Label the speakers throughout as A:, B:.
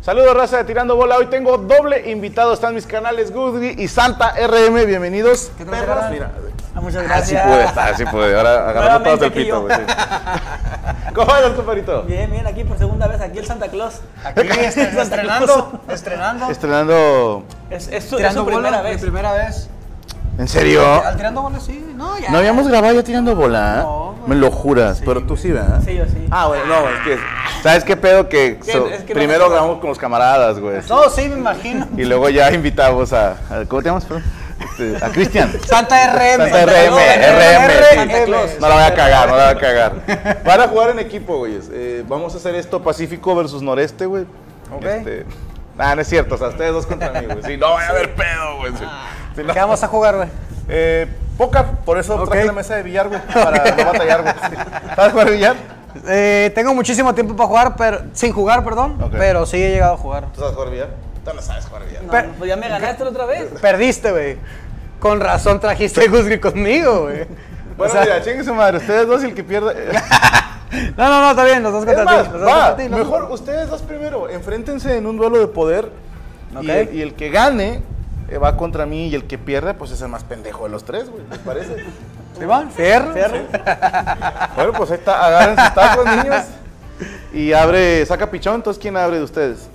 A: Saludos, raza de Tirando Bola. Hoy tengo doble invitado. Están mis canales Goodry y Santa RM. Bienvenidos.
B: ¿Qué tal,
A: Perros,
B: carnal?
A: mira.
B: Ah, muchas
A: Así
B: gracias.
A: pude estar, así pude. ah, Ahora agarrando todos
B: Nuevamente
A: el
B: aquí
A: pito,
B: yo.
A: güey. sí. ¿Cómo andas, compadrito?
B: Bien, bien, aquí por segunda vez, aquí el Santa Claus.
C: Aquí estren-
B: Santa
C: estrenando, estrenando.
A: Estrenando.
B: Es, es su, es su primera
C: bola, mi
B: vez.
C: primera vez.
A: ¿En serio?
C: Al tirando bola, sí. No, ya.
A: No habíamos grabado ya tirando bola. ¿eh?
C: No, güey.
A: Me lo juras, pero tú sí, ¿verdad?
B: Sí, yo sí.
A: Ah, bueno, no, es que. ¿Sabes qué pedo? Que
B: ¿Qué?
A: so-
B: Es que no
A: primero
B: me-
A: grabamos con los camaradas, güey.
C: No, sí, me imagino.
A: Y luego ya invitamos a. a- ¿Cómo te llamas, perdón? Este, A Cristian.
C: Santa RM.
A: Santa
C: No,
A: RM, RM.
C: Santa Claus.
A: sí. No la voy a cagar, no la voy a cagar. Van a jugar en equipo, güeyes. Eh, vamos a hacer esto Pacífico versus Noreste, güey.
C: Ok.
A: Este, ah, no es cierto, o sea, ustedes dos contra mí, güey. Si no, voy a haber pedo, güey. Si- si no-
C: ¿Qué vamos a jugar, güey?
A: Eh, poca, por eso
C: Ok.
A: traje la mesa de billar, güey, para no batallar, güey. ¿Sabes jugar billar?
C: Eh, tengo muchísimo tiempo para jugar, pero sin jugar, perdón,
A: Ok.
C: pero sí he llegado a jugar.
A: ¿Tú sabes jugar billar? Tú no sabes jugar billar.
B: No,
C: Pero-
B: pues ya me ganaste la otra vez.
C: Perdiste, güey. Con razón trajiste a Guzgri conmigo, güey.
A: Bueno,
C: O sea,
A: mira, chingue su madre, ustedes dos y el que pierda...
C: no, no, no, está bien, los dos
A: Es
C: contra ti.
A: más,
C: los dos
A: va,
C: contra ti, los dos
A: mejor
C: contra-
A: ustedes dos primero, enfréntense en un duelo de poder y
C: Ok.
A: el- y, el que gane eh, va contra mí y el que pierde pues es el más pendejo de los tres, güey, ¿les parece?
C: ¿Sí va? Fierro.
A: bueno, pues ahí está, agarren sus tacos, niños, y abre, saca pichón, entonces ¿quién abre de ustedes?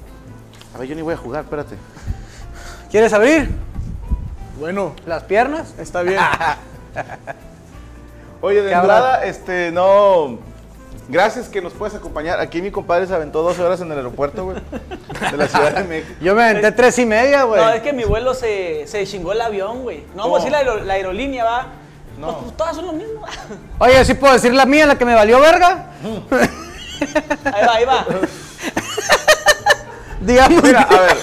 A: A ver, yo ni voy a jugar, espérate.
C: ¿Quieres abrir
D: Bueno,
C: las piernas?
D: está bien.
A: Oye, de
C: ¿Qué habrá?
A: entrada, este, no. Gracias que nos puedes acompañar. Aquí mi compadre se aventó 12 horas en el aeropuerto, güey. De la Ciudad de México.
C: Yo me aventé tres y media, güey.
B: No, es que mi vuelo se, se chingó el avión, güey. No,
A: ¿Cómo?
B: pues sí, la, aero- la aerolínea va.
A: No.
B: Pues, pues, todas son lo mismo.
C: Oye, ¿sí puedo decir la mía, la que me valió verga?
B: Ahí va, ahí va.
C: Digamos.
A: Mira, a ver.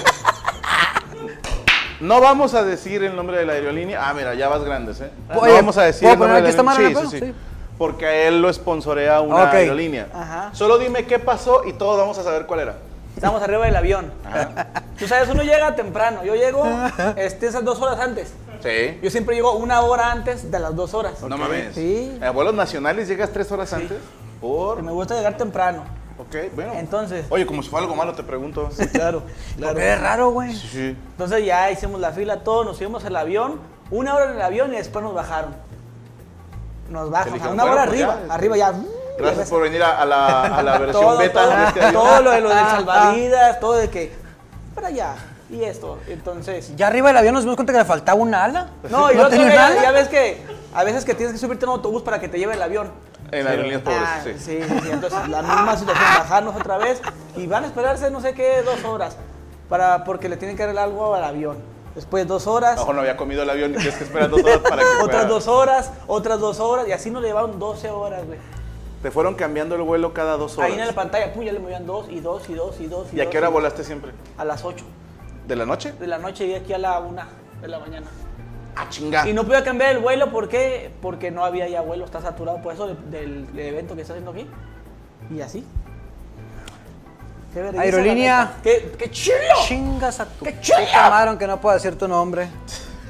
A: No vamos a decir el nombre de la aerolínea. Ah, mira, ya vas grandes, ¿eh?
C: Oye,
A: no vamos a decir
C: ¿puedo
A: el nombre
C: poner
A: de
C: aquí
A: la
C: esta
A: aerolínea.
C: mano,
A: Sí, sí,
C: la
A: sí.
C: puedo?
A: Porque a él lo sponsorea una
C: Ok.
A: aerolínea.
B: Ajá.
A: Solo dime qué pasó y todos vamos a saber cuál era.
B: Estamos arriba del avión. Tú sabes, uno llega temprano. Yo llego este, esas dos horas antes.
A: Sí.
B: Yo siempre llego una hora antes de las dos horas.
A: No mames. Eh.
B: Sí.
A: ¿A vuelos nacionales llegas tres horas antes? Por.
B: Me gusta llegar temprano.
A: Ok, bueno.
B: Entonces-
A: Oye, como si fuera algo malo, te pregunto.
B: Claro, claro.
C: Es raro, güey.
A: Sí, sí.
B: Entonces ya hicimos la fila todos, nos subimos al avión, una hora en el avión y después nos bajaron. Nos
A: Te
B: bajan, o sea,
A: dijeron,
B: una
A: bueno,
B: hora
A: pues
B: arriba,
A: ya,
B: arriba ya. mm,
A: Gracias por venir a, a la, a la versión
B: todo,
A: beta
B: todo,
A: de este avión.
B: todo lo de los del salvavidas, todo de que para allá y esto. Entonces,
C: Ya arriba del avión nos dimos cuenta que le faltaba un ala.
B: no, y lo otro
C: tenía
B: que
C: un
B: ya,
C: ala?
B: ya ves que a veces que tienes que subirte a un autobús para que te lleve el avión.
A: En aerolíneas pobres,
B: Ah,
A: pues, sí.
B: sí, sí, sí. Entonces, la misma situación, bajarnos otra vez y van a esperarse no sé qué dos horas para porque le tienen que arreglar algo al avión. Después dos
A: A
B: horas.
A: lo mejor no había comido el avión y tienes que esperar dos horas para que fuera.
B: Otras dos horas, otras dos horas, y así nos llevaron 12 horas, güey.
A: Te fueron cambiando el vuelo cada dos horas.
B: Ahí en la pantalla, pum, ya le movían dos y dos y dos y dos.
A: ¿Y a
B: dos,
A: qué hora
B: dos.
A: volaste siempre?
B: A las 8
A: ¿De la noche?
B: de la noche llegué aquí a la 1 de la mañana.
A: Ah, chinga.
B: Y no podía cambiar el vuelo, ¿por qué? Porque no había ya vuelo, está saturado por eso del, del- del evento que está haciendo aquí. Y así. Qué vergüenza,
C: Aerolínea.
B: la neta. Qué, qué chulo.
C: Chingas a tu
B: ¡Qué chula!
C: puta madre, aunque no pueda decir tu nombre.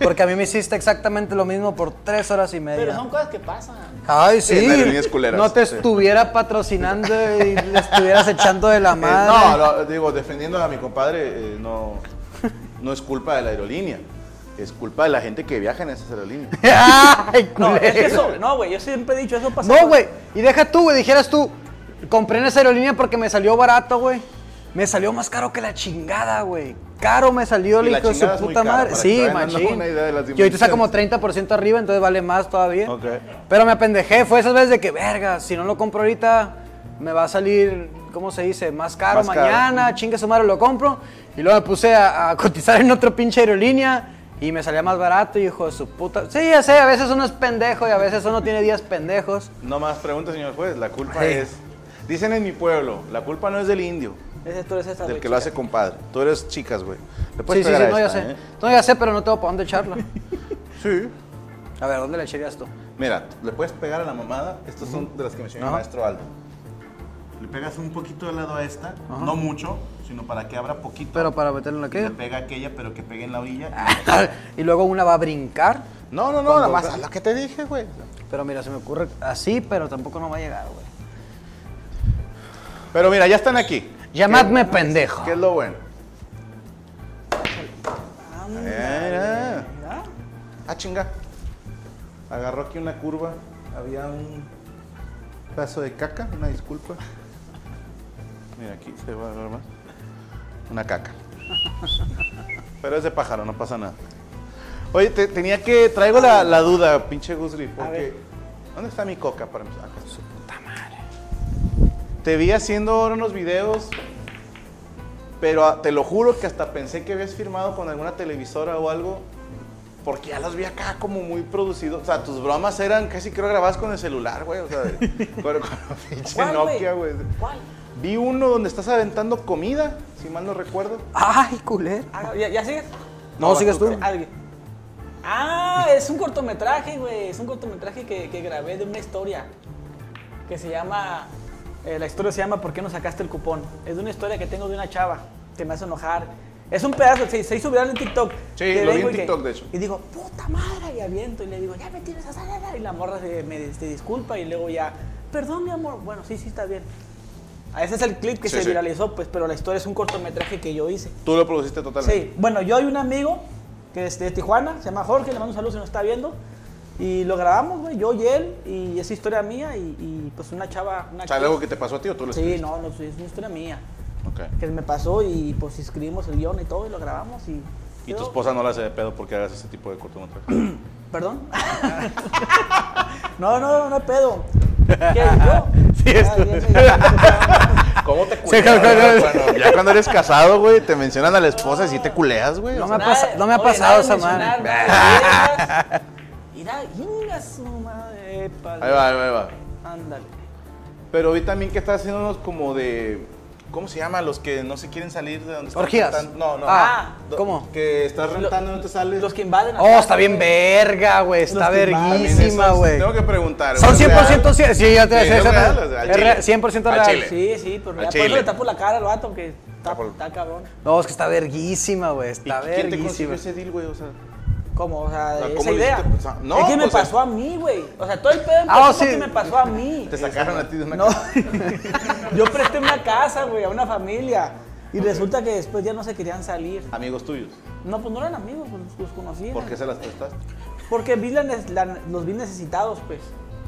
C: Porque a mí me hiciste exactamente lo mismo por tres horas y media.
B: Pero son cosas que pasan.
C: Ay,
A: Sí,
C: sí.
A: en aerolíneas culeras.
C: No te
A: Sí.
C: estuviera patrocinando y le estuvieras echando de la
A: Eh,
C: madre.
A: no, no, digo, defendiendo a mi compadre, eh, no, no es culpa de la aerolínea. Es culpa de la gente que viaja en esas aerolíneas.
C: Ay,
B: No, es que
C: culero.
B: eso, no, güey, yo siempre he dicho eso pasa.
C: No, güey. Y deja tú, güey. Dijeras tú, compré en esa aerolínea porque me salió barato, güey. Me salió más caro que la chingada, güey. Caro me salió
A: Y
C: el
A: la
C: hijo de su
A: chingada es muy
C: puta
A: cara,
C: madre.
A: para que
C: Sí,
A: vayan dando
C: machín.
A: una idea de las
C: Y ahorita está
A: dimensiones.
C: como 30% arriba, entonces vale más todavía.
A: Ok.
C: Pero me apendejé. Fue esas veces de que, verga, si no lo compro ahorita, me va a salir, ¿cómo se dice? Más caro
A: Más caro.
C: mañana. Chingue su madre, lo compro. Y luego me puse a, a cotizar en otra pinche aerolínea. Y me salía más barato, y hijo de su puta. Sí, ya sé, a veces uno es pendejo y a veces uno tiene días pendejos.
A: No más preguntas, señor juez. La culpa
C: Sí.
A: es. Dicen en mi pueblo, la culpa no es del indio,
B: Ese tú eres esa,
A: del
B: güey,
A: que lo
B: chica.
A: hace compadre. Tú eres chicas, güey. Le
C: Sí, sí,
A: puedes
C: sí,
A: pegar a
C: no, ya
A: esta,
C: sé.
A: ¿eh?
C: No, ya sé, pero no tengo para dónde echarla.
A: Sí.
C: A ver, ¿dónde le echarías tú?
A: Mira, le puedes pegar a la mamada. Estas son de las que me enseñó el
C: Ajá.
A: maestro Aldo. Le pegas un poquito de lado a esta, no mucho, sino para que abra poquito.
C: Pero para meterla en la
A: Y le
C: que.
A: pega aquella, pero que pegue en la orilla.
C: Ah. y luego una va a brincar.
A: No, no, no, nada más a la que te dije, güey.
C: Pero mira, se me ocurre así, pero tampoco no va a llegar, güey.
A: Pero mira, ya están aquí.
C: Llamadme pendejo.
A: ¿Qué es lo bueno? Mira.
B: Ándale, mira.
A: Ah, chinga. Agarró aquí una curva. Había un pedazo de caca, una disculpa. Mira, aquí se va a ver más. Una caca. Pero es de pájaro, no pasa nada. Oye, te- tenía que. Traigo la, la duda, pinche Gusli, porque.
B: ver.
A: ¿Dónde está mi coca para empezar? Acá. Su puta madre. Te vi haciendo ahora unos videos, pero ah, te lo juro que hasta pensé que habías firmado con alguna televisora o algo porque ya los vi acá como muy producidos. O sea, tus bromas eran casi creo grabadas con el celular, güey. O sea, de- con, con la pinche
B: ¿Cuál, güey?
A: Nokia, güey.
B: ¿Cuál?
A: Vi uno donde estás aventando comida, si mal no recuerdo.
C: Ay, culero.
B: Ah, ¿Ya, ya sigues?
C: No,
A: Ahora
C: sigues
A: tú,
C: tú.
A: cabrón.
B: Alguien. Ah, es un cortometraje, güey. Es un cortometraje que, que grabé de una historia. Que se llama. eh, la historia se llama ¿Por qué no sacaste el cupón? Es de una historia que tengo de una chava que me hace enojar. Es un pedazo, se, se hizo viral en TikTok.
A: Sí,
B: Que
A: lo vi
B: vengo
A: en
B: y que-
A: TikTok, de hecho.
B: Y digo, puta madre, y aviento. Y le digo, ya me tienes a salir. Y la morra se, me se disculpa y luego ya, perdón, mi amor. Bueno, sí, sí, está bien. Ah, Ese es el clip que
A: Sí,
B: se
A: sí.
B: viralizó, pues, pero la historia es un cortometraje que yo hice.
A: Tú lo produciste totalmente.
B: Sí, bueno, yo hay un amigo que es de Tijuana, se llama Jorge, le mando un saludo si nos está viendo. Y lo grabamos, güey, yo y él, y es historia mía, y, y, pues una chava. Una
A: O sea, algo que te pasó a ti o tú lo
B: Sí, no, no, sí, es una historia mía.
A: Ok.
B: Que me pasó y pues escribimos el guión y todo, y lo grabamos. Y,
A: Y tu
B: quedó-
A: esposa no la hace de pedo porque hagas ese tipo de cortometraje.
B: Perdón. no, no, no, hay pedo. ¿Qué? ¿Yo?
C: Sí, es
B: Ah,
C: tú.
B: bien, bien.
A: ¿Cómo te
C: Sí, claro, claro.
A: Bueno, ya cuando eres casado, güey, te mencionan a la esposa y sí te culeas, güey.
C: No
A: O sea,
C: me ha pasa- no me ha pasado esa madre.
B: Mira, inga su madre. épale.
A: Ahí va, ahí va.
B: Ándale.
A: Pero vi también que estás haciendo unos como de. ¿Cómo se llama? Los que no se quieren salir de donde están
C: Orgías.
A: rentando. No, no.
C: Ah,
A: Do-
C: ¿cómo?
A: Que estás rentando y
B: Lo-
A: no te sales.
B: Pues Los que invaden. a
C: Oh,
B: casa,
C: está bien
B: güey.
C: verga, güey. Está
B: Los timbales.
A: También
C: verguísima,
A: esos,
C: güey.
A: Tengo que preguntar.
C: Son
A: güey, ¿es real?
C: 100% cien- sí, ya te
A: Sí,
C: sí,
A: es
C: sí,
A: real,
C: sí,
A: o sea, al
C: es
A: chile.
C: re- 100%
A: Al
C: real.
A: chile.
B: Sí, sí, pero
A: Al
B: ya por eso
A: chile.
B: le tapo la cara al vato que está,
A: Tapo-
B: está cabrón.
C: No, es que está verguísima, güey.
A: ¿Y
C: Está
A: ¿Quién te consiguió
C: verguísima.
A: ese deal, güey? O sea,
B: ¿Cómo? O sea,
A: O sea, ¿cómo
B: esa
A: lo
B: idea.
A: hiciste? O sea, no, pues,
B: es que me
A: o sea-
B: pasó a mí, güey. O sea, todo el pedo empezó
C: Ah, sí.
B: porque me pasó a mí.
A: te sacaron a ti de una
B: No,
A: casa.
B: yo presté una casa, güey, a una familia. Y resulta que después ya no se querían salir.
A: Amigos tuyos.
B: No, pues no eran amigos, pues los conocía.
A: ¿Por qué se las prestaste?
B: Porque vi la ne- la- los vi necesitados, pues.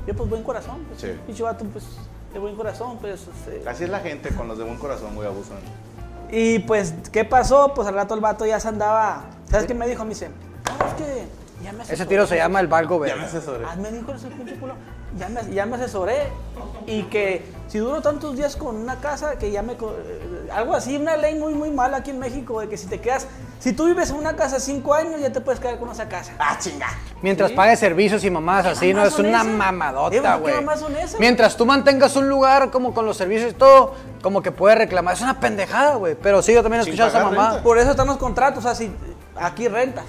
B: Yo, pues, buen corazón. Pues.
A: Sí.
B: Y chivato, pues, de buen corazón, pues. este,
A: Así es la gente con los de buen corazón, güey, abusan.
B: Y pues, ¿qué pasó? Pues al rato el vato ya se andaba. ¿Sabes qué me dijo? Me dice, "No, es que ya me
C: Ese
B: asesoré".
C: tiro se llama el Valgo
A: Ya me
C: Verga.
A: asesoré.
B: Ah, me dijo ese pinche culo. Ya me, ya me asesoré. Y que si duro tantos días con una casa, que ya me. co- eh, Algo así, una ley muy, muy mala aquí en México, de que si te quedas. Si tú vives en una casa cinco años, ya te puedes quedar con esa casa. ¡Ah, chinga!
C: Mientras
B: Sí.
C: pagues servicios y mamás así, no
B: mamás
C: es
B: son
C: una
B: esas? Eh,
C: mamadota,
B: ¿qué
C: güey.
B: mamás son esas?
C: Mientras tú mantengas un lugar como con los servicios y todo, como que puedes reclamar. Es una pendejada, güey. Pero sí, yo también he
A: Sin
C: escuchado a esa
A: pagar
C: mamá.
A: renta.
B: Por eso están los contratos, o sea, si aquí renta.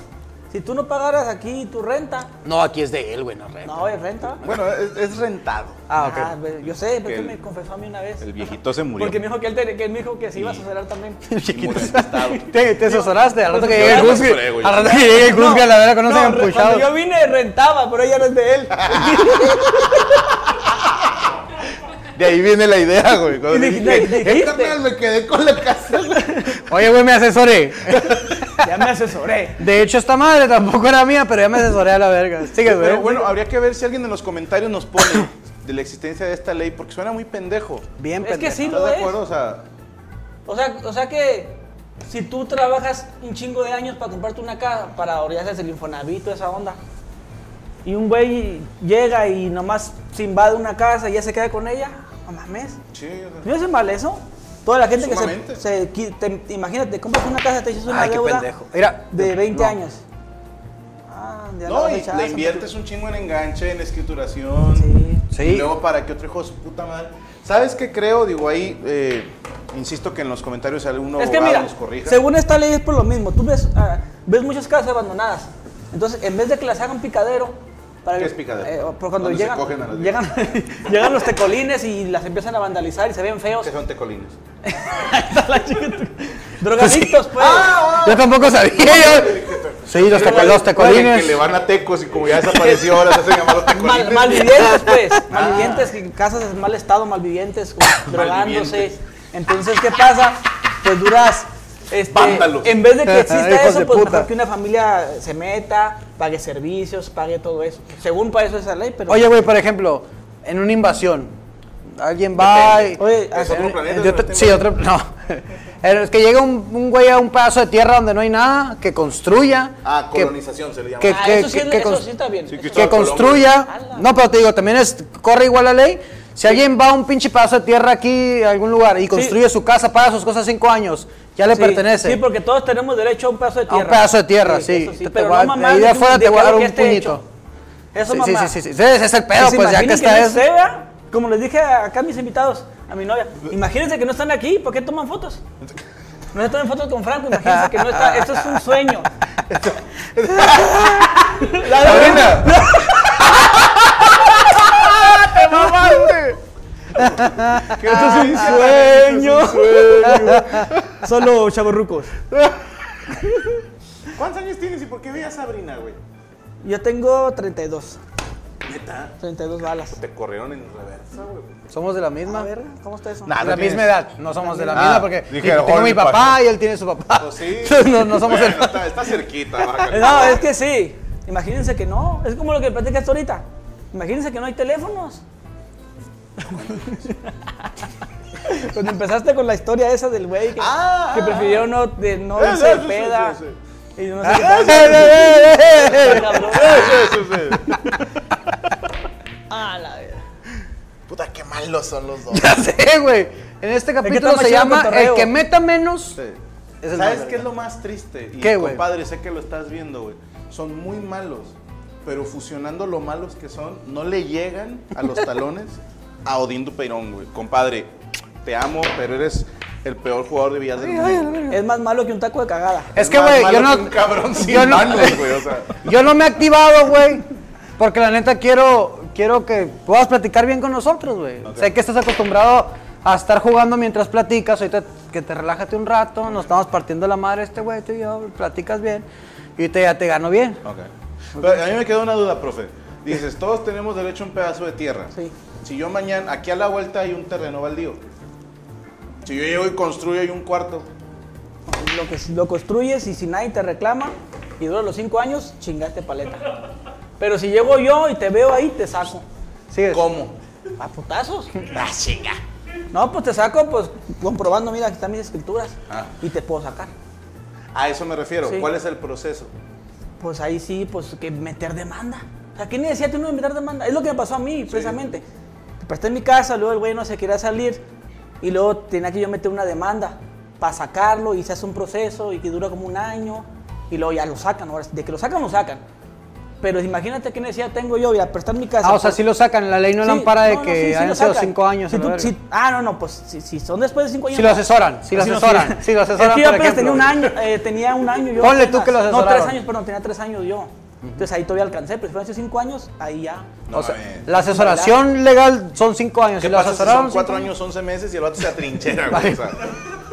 B: Si tú no pagaras aquí tu renta,
C: No, aquí es de él, güey, no renta.
B: no es renta.
A: Bueno, es, es rentado.
C: Ah, ok.
B: Ah, pues, yo sé,
A: Que
B: pero es
A: el-
B: que me confesó a mí una vez.
A: El viejito se murió.
B: Porque me dijo que él, te- que él me dijo que se iba a asesorar también.
C: El chiquito.
A: Muy despistado.
C: Te, te asesoraste, al rato que llegue el
A: yo me
C: Guzgi.
A: asesoré, güey.
C: Al rato que llegue el Guzgi a la verga, que no se hayan
B: re-
C: puchado.
B: Cuando yo vine rentaba, pero ella no es de él.
A: De ahí viene la idea, güey. Cuando
B: Y dije,
A: dije,
B: dijiste.
A: "Eh, carnal, me quedé con la casa, güey.
C: Oye, güey, me asesoré.
B: ya me asesoré.
C: De hecho, esta madre tampoco era mía, pero ya me asesoré a la verga. Sigue, güey.
A: Pero bueno, habría que ver si alguien en los comentarios nos pone de la existencia de esta ley, porque suena muy pendejo.
C: Bien,
B: Es que
C: pendejo.
B: sí lo
A: ¿Estás de
B: es.
A: acuerdo? O sea,
B: O sea, o sea que si tú trabajas un chingo de años para comprarte una casa, para orillarse el Infonavit, toda esa onda, y un güey llega y nomás se invade una casa y ya se queda con ella, no mames.
A: sí, o sea.
B: ¿No es mal eso? Toda la gente que
A: Sumamente.
B: se, se qui- te- imagínate, compras una casa, te echas una
C: Ay, qué
B: deuda
C: pendejo. Mira,
B: de
C: no.
B: 20 años. Ah, ya la
A: No,
B: vas a
A: y
B: echar,
A: le
B: esa
A: inviertes un chingo en enganche, en escrituración.
B: Sí.
C: Sí.
A: Y luego para que otro hijo de su puta madre. ¿Sabes qué creo? Digo, ahí, eh, insisto que en los comentarios alguno
B: Es que
A: abogado
B: mira,
A: nos corrija.
B: según esta ley es por lo mismo. Tú ves, ah, ves muchas casas abandonadas. Entonces, en vez de que las hagan picadero, para
A: ¿Qué
B: que-
A: es picadero?
B: eh, por cuando
A: Donde se
B: llegan,
A: cogen a los
B: llegan, llegan los tecolines y las empiezan a vandalizar y se ven feos.
A: Que son tecolines.
B: Drogadictos, pues.
A: Ah,
C: Yo tampoco sabía. yo- Sí, los, teco- los
A: Que,
C: tecolines.
A: le van a tecos y como ya desapareció, ahora se hacen llamar los tecolines.
B: Mal- malvivientes, pues.
A: Ah.
B: Malvivientes, que casas en mal estado, malvivientes, pues, drogándose.
A: Malvivientes.
B: Entonces, ¿qué pasa? Pues duras Este,
A: Vándalos.
B: En vez de que exista
C: Ah, Hijos
B: eso,
C: de
B: pues
C: puta.
B: mejor que una familia se meta, pague servicios, pague todo eso. Según para eso es la ley, pero.
C: Oye, güey, por ejemplo, en una invasión, alguien va y...
A: Depende.
B: Oye,
A: ¿Es otro
C: en-
A: planeta,
C: eh, de otro-
A: no?
C: sí, otro... No. Es que llega un, un güey a un pedazo de tierra donde no hay nada, que construya.
A: Ah,
C: que-
A: colonización se le llama.
C: que-
B: Ah, eso, sí, es-
C: que
B: eso
C: cons-
B: sí está bien.
A: Sí,
B: Eso-
A: que
C: que
A: Cristóbal Colón,
C: construya.
B: güey.
C: No, pero te digo, también es corre igual la ley. Si alguien va a un pinche pedazo de tierra aquí, a algún lugar, y construye su casa, paga sus cosas cinco años, ya le
B: sí,
C: pertenece.
B: Sí, porque todos tenemos derecho a un pedazo de
C: A
B: tierra.
C: un pedazo de tierra, sí.
B: eso
C: Te- te
B: pero
C: voy a-
B: no mamás
C: ahí de
B: que-
C: afuera te voy a
B: algo
C: dar
B: que
C: un
B: esté
C: puñito.
B: hecho. Eso,
C: sí, sí,
B: mamá.
C: sí, sí, sí. Ese es el pedo,
B: Que se
C: pues ya
B: imaginen
C: que está
B: no
C: eso.
B: se vea, como les dije a- acá a mis invitados, a mi novia, imagínense que no están aquí, ¿por qué toman fotos? No se tomen fotos con Franco, imagínense que no está, esto es un sueño.
A: ¡Sabrina! ¡Te mamaste! esto es un sueño.
B: Solo chavorrucos.
A: ¿Cuántos años tienes y por qué veías a Sabrina, güey?
B: Yo tengo 32,
A: Neta.
B: 32 balas.
A: Te corrieron en reversa, güey.
C: Somos de la
B: A
C: misma.
B: ver, ¿cómo está eso?
A: Nah. Ah,
C: de la
A: no tienes-
C: misma edad, no somos de la
A: Ah,
C: misma porque
A: dije,
C: tengo
A: joder,
C: mi
A: me
C: papá
A: pasó.
C: y él tiene su papá.
A: Pues sí.
C: no, no somos
A: Bueno,
C: el...
A: está, está cerquita, bájale.
B: Eh, No, es que sí. Imagínense que no. Es como lo que platicaste ahorita. Imagínense que no hay teléfonos. Cuando empezaste con la historia esa del güey que,
A: Ah,
B: que
A: ah,
B: prefirió no, de, no
A: Eh,
B: irse
A: sí,
B: de
A: sí, sí,
B: peda.
A: sí,
B: Y no sé qué
C: Eh, eh, eh, eh, eh.
B: tal, cabrón.
A: Sí, sí, sí.
B: Ah, la verga.
A: Puta, qué malos son los dos.
C: Ya sé, güey. En este capítulo
B: está más
C: se
B: chido el
C: llama El
B: cotorreo.
C: que meta menos. Es
A: ¿Sabes
C: el más
A: qué es
C: verga.
A: lo más triste? Y
C: ¿Qué, güey?
A: compadre, sé que lo estás viendo, güey. Son muy malos, pero fusionando lo malos que son, no le llegan a los talones a Odín Dupeirón, güey. Compadre, te amo, pero eres el peor jugador de Villas del mundo. güey.
B: Es más malo que un taco de cagada.
C: Es
A: Es
C: que,
A: más
C: güey,
A: malo
C: yo no.
A: que un cabrón sin
C: yo no-
A: manos, güey, o sea.
C: Yo no me he activado, güey. Porque la neta quiero, quiero que puedas platicar bien con nosotros, güey.
A: Ok.
C: Sé que estás acostumbrado a estar jugando mientras platicas. Ahorita que te relájate un rato. Nos estamos partiendo la madre este güey, tú y yo. Platicas bien. Y ahorita ya te gano bien.
A: Ok. Pero a mí me quedó una duda, profe. Dices, todos tenemos derecho a un pedazo de tierra.
B: Sí.
A: Si yo mañana, aquí a la vuelta hay un terreno baldío. Si yo llego y construyo hay un cuarto.
B: Lo, que, lo construyes y si nadie te reclama y dura los cinco años, chingaste paleta. Pero si llego yo y te veo ahí, te saco.
C: ¿Sigues?
A: ¿Cómo?
B: ¿A putazos? ¡Ah, chinga! No, pues te saco, pues, comprobando, mira, aquí están mis escrituras.
A: Ah.
B: Y te puedo sacar.
A: A eso me refiero.
B: Sí.
A: ¿Cuál es el proceso?
B: Pues ahí sí, pues, que meter demanda. O sea, ¿qué necesidad tiene uno de meter demanda? Es lo que me pasó a mí, precisamente. Presté en mi casa, luego el güey no se quería salir. Y luego tenía que yo meter una demanda para sacarlo y se hace un proceso y que dura como un año. Y luego ya lo sacan. Ahora, de que lo sacan, lo sacan. Pero imagínate qué necesidad tengo yo y al prestar mi casa.
C: Ah, o sea,
B: por-
C: sí lo sacan. La ley no la
B: Sí,
C: ampara de
B: no, no, sí,
C: que
B: sí lo
C: hayan sido
B: sacan.
C: cinco años.
B: Si
C: a la
B: tú-
C: verga.
B: si- ah, no, no, pues si, si son después de cinco años.
C: Si lo
B: no.
C: asesoran, si lo
B: no,
C: asesoran, si lo asesoran,
B: Es que yo
C: por
B: apenas tenía
C: ejemplo.
B: un año, eh, tenía un año yo.
C: Ponle tú
B: apenas.
C: que lo
B: No, tres
C: asesoraron.
B: años, perdón, tenía tres años yo. Entonces ahí todavía alcancé, pero después de cinco años, ahí ya.
A: No
C: o sea,
A: mames.
C: la asesoración legal son cinco años.
A: ¿Qué
C: Si lo
A: pasa si
C: asesoraron.
A: son cuatro
C: cinco
A: años, once meses y el vato se atrinchera, güey? O sea,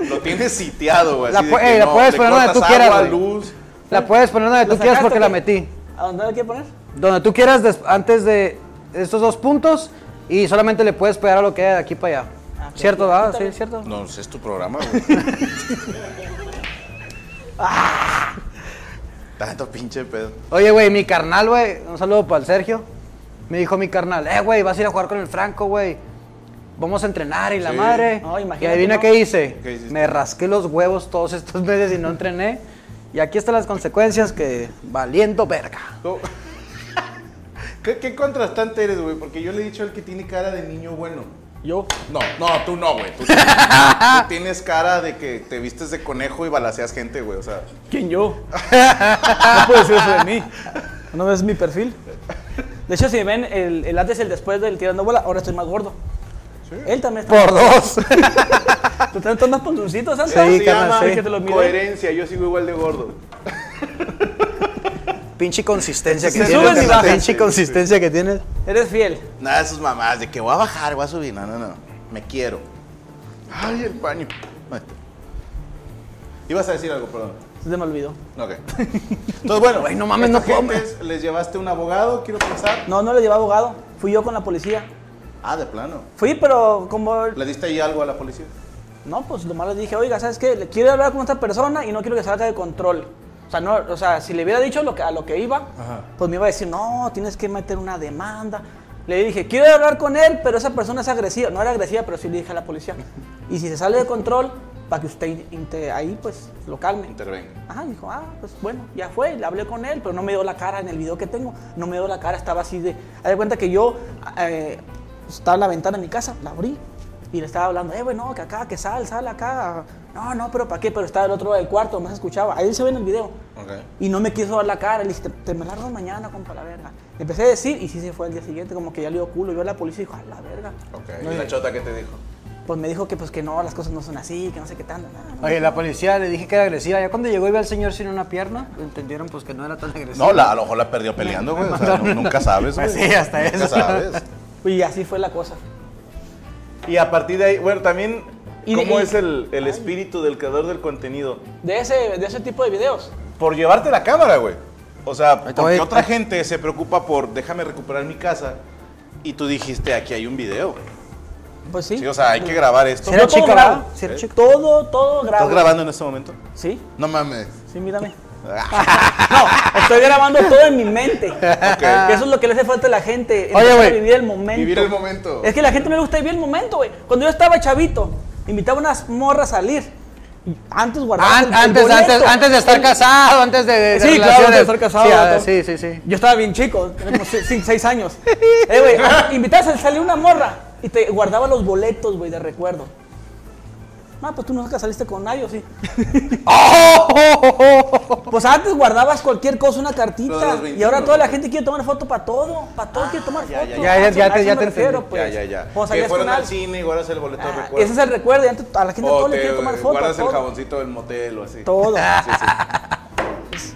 A: lo tienes sitiado, güey.
C: La
A: así de
C: pu-
A: que
C: eh, la puedes
A: le
C: poner donde
A: cortas
C: tú quieras,
A: agua,
C: güey.
A: luz.
C: La puedes poner donde tú
B: ¿La
C: quieras
B: sacaste
C: porque
B: o
C: la
B: qué?
C: metí.
B: ¿A dónde la quieres poner?
C: Donde tú quieras des- antes de estos dos puntos y solamente le puedes pegar a lo que hay de aquí para allá.
B: Ah, ok.
C: ¿Cierto,
B: Está
C: verdad? Sí,
B: bien.
C: cierto.
A: No, ese es tu programa, güey. Tanto pinche pedo.
C: Oye, güey, mi carnal, güey, un saludo para el Sergio. Me dijo mi carnal, eh, güey, vas a ir a jugar con el Franco, güey. Vamos a entrenar y la
A: Sí.
C: madre.
B: No,
C: y
B: imagínate,
C: adivina
B: ¿no?
C: qué hice.
A: ¿Qué hiciste?
C: Me rasqué los huevos todos estos meses y no entrené. Y aquí están las consecuencias que valiendo verga.
A: No. ¿Qué, qué contrastante eres, güey? Porque yo le he dicho al que tiene cara de niño bueno.
B: Yo.
A: No, no, tú no, güey. Tú, tú tienes cara de que te vistes de conejo y balaseas gente, güey. O sea,
B: ¿Quién yo? No puedes decir eso
C: Ah.
B: de mí. ¿No ves mi perfil? De hecho, si ven el, el antes y el después del tirando bola, ahora estoy más gordo. Él también está.
C: Por dos.
B: ¿Tú estás más ponzoncitos antes?
C: Sí,
A: se
C: carnal,
A: llama
C: sí.
B: Que te lo mire.
A: coherencia. Yo sigo igual de gordo.
C: Pinche consistencia que
A: Se
C: tienes.
B: suben y bajan.
C: Pinche consistencia que tienes.
B: Eres fiel.
A: Nada de sus mamás, de que voy a bajar, voy a subir. No, no, no. Me quiero. Ay, el baño. Ahí está. Ibas a decir algo, perdón.
B: Se me olvidó.
A: Ok. Entonces, bueno.
C: Güey, no mames,
A: esta
C: no puedo,
A: gente es- Les llevaste un abogado, quiero pensar.
B: No, no le llevé abogado. Fui yo con la policía.
A: Ah, de plano.
B: Fui, pero como.
A: ¿Le diste ahí algo a la policía?
B: No, pues lo malo les dije, oiga, ¿sabes qué? Le quiero hablar con esta persona y no quiero que salga de control. O sea, no, o sea si le hubiera dicho lo que, a lo que iba,
E: Ajá.
B: pues me iba a decir, no, tienes que meter una demanda. Le dije, quiero hablar con él, pero esa persona es agresiva. No era agresiva, pero sí le dije a la policía. Y si se sale de control, para que usted inte- ahí, pues, lo calme.
A: Intervenga.
B: Ajá, dijo, ah, pues bueno, ya fue, le hablé con él, pero no me dio la cara en el video que tengo, no me dio la cara, estaba así de... Haz de cuenta que yo eh, estaba en la ventana de mi casa, la abrí y le estaba hablando, eh, bueno, que acá, que sal, sal acá. No, no, pero ¿para qué? Pero estaba el otro lado del cuarto, no se escuchaba, ahí se ve en el video.
A: Ok.
B: Y no me quiso dar la cara, le dije, te, te me largo mañana, compa, la verga. Le empecé a decir y sí se fue al día siguiente, como que ya le dio culo, yo a la policía y dijo, a la verga.
A: Ok. ¿Y la chota qué te dijo?
B: Pues me dijo que pues que no, las cosas no son así, que no sé qué tanto. nada,
C: Oye, la policía le dije que era agresiva. Ya cuando llegó y ve al señor sin una pierna, entendieron pues que no era tan agresivo.
A: No, la, a lo mejor la perdió peleando, güey. O sea, nu- nunca sabes, güey.
C: Pues sí, hasta
A: nunca
C: eso.
A: sabes.
B: Y así fue la cosa.
A: Y a partir de ahí, bueno, también,
B: Y de-
A: ¿cómo
B: y-
A: es el, el espíritu del creador del contenido?
B: De ese, de ese tipo de videos.
A: Por llevarte la cámara, güey. O sea,
C: te
A: porque
C: voy.
A: otra gente se preocupa por déjame recuperar mi casa y tú dijiste, aquí hay un video.
B: Pues sí.
A: Sí, o sea, hay que grabar esto.
C: ¿Será
B: Yo todo
C: chica,
B: grabo.
C: verdad? ¿Será
A: ¿Eh?
C: chica?
B: Todo, todo grabo.
A: ¿Estás grabando en este momento?
B: Sí,
A: No mames.
B: sí, mírame.
C: Ah.
B: no, estoy grabando todo en mi mente. Que Eso es lo que le hace falta a la gente.
C: Oye,
B: empezar a
C: güey.
B: Vivir el momento.
A: Vivir el momento.
B: Es que la gente no le gusta vivir el momento, güey. Cuando yo estaba chavito, invitaba a unas morras a salir. Y Antes guardaba.
C: An-
B: el- el
C: antes,
B: boleto.
C: antes, antes de estar casado, antes de, de
B: Sí, claro, antes de estar casado.
C: Sí, ah,
B: todo.
C: Sí, sí, sí.
B: Yo estaba bien chico, tenía como 6 años. Eh, güey, ah, invitabas a salir una morra y te guardaba los boletos, güey, de recuerdo. Ah, pues tú nunca saliste con nadie, ¿o sí. Pues antes guardabas cualquier cosa, una
A: Lo de
B: cartita.
A: los 21,
B: y ahora toda la gente quiere tomar foto para todo. Para todo quiere tomar
A: ya,
B: foto.
A: ya,
C: ya, ya,
B: Ah,
C: ya
B: a
C: te-
B: eso
C: ya
B: me
C: te
B: refiero,
C: entendí.
B: pues.
A: ya, ya, ya.
B: O
A: que
B: salías
A: fueron
B: con
A: al
B: alguien.
A: cine y guardas el boleto de
B: Ah,
A: recuerdo.
B: ese es el recuerdo. y antes a la gente
A: O
B: todo le
A: te-
B: quiere tomar foto.
A: Guardas el
B: todo.
A: jaboncito del motel o así.
B: Todo.
A: Sí, sí.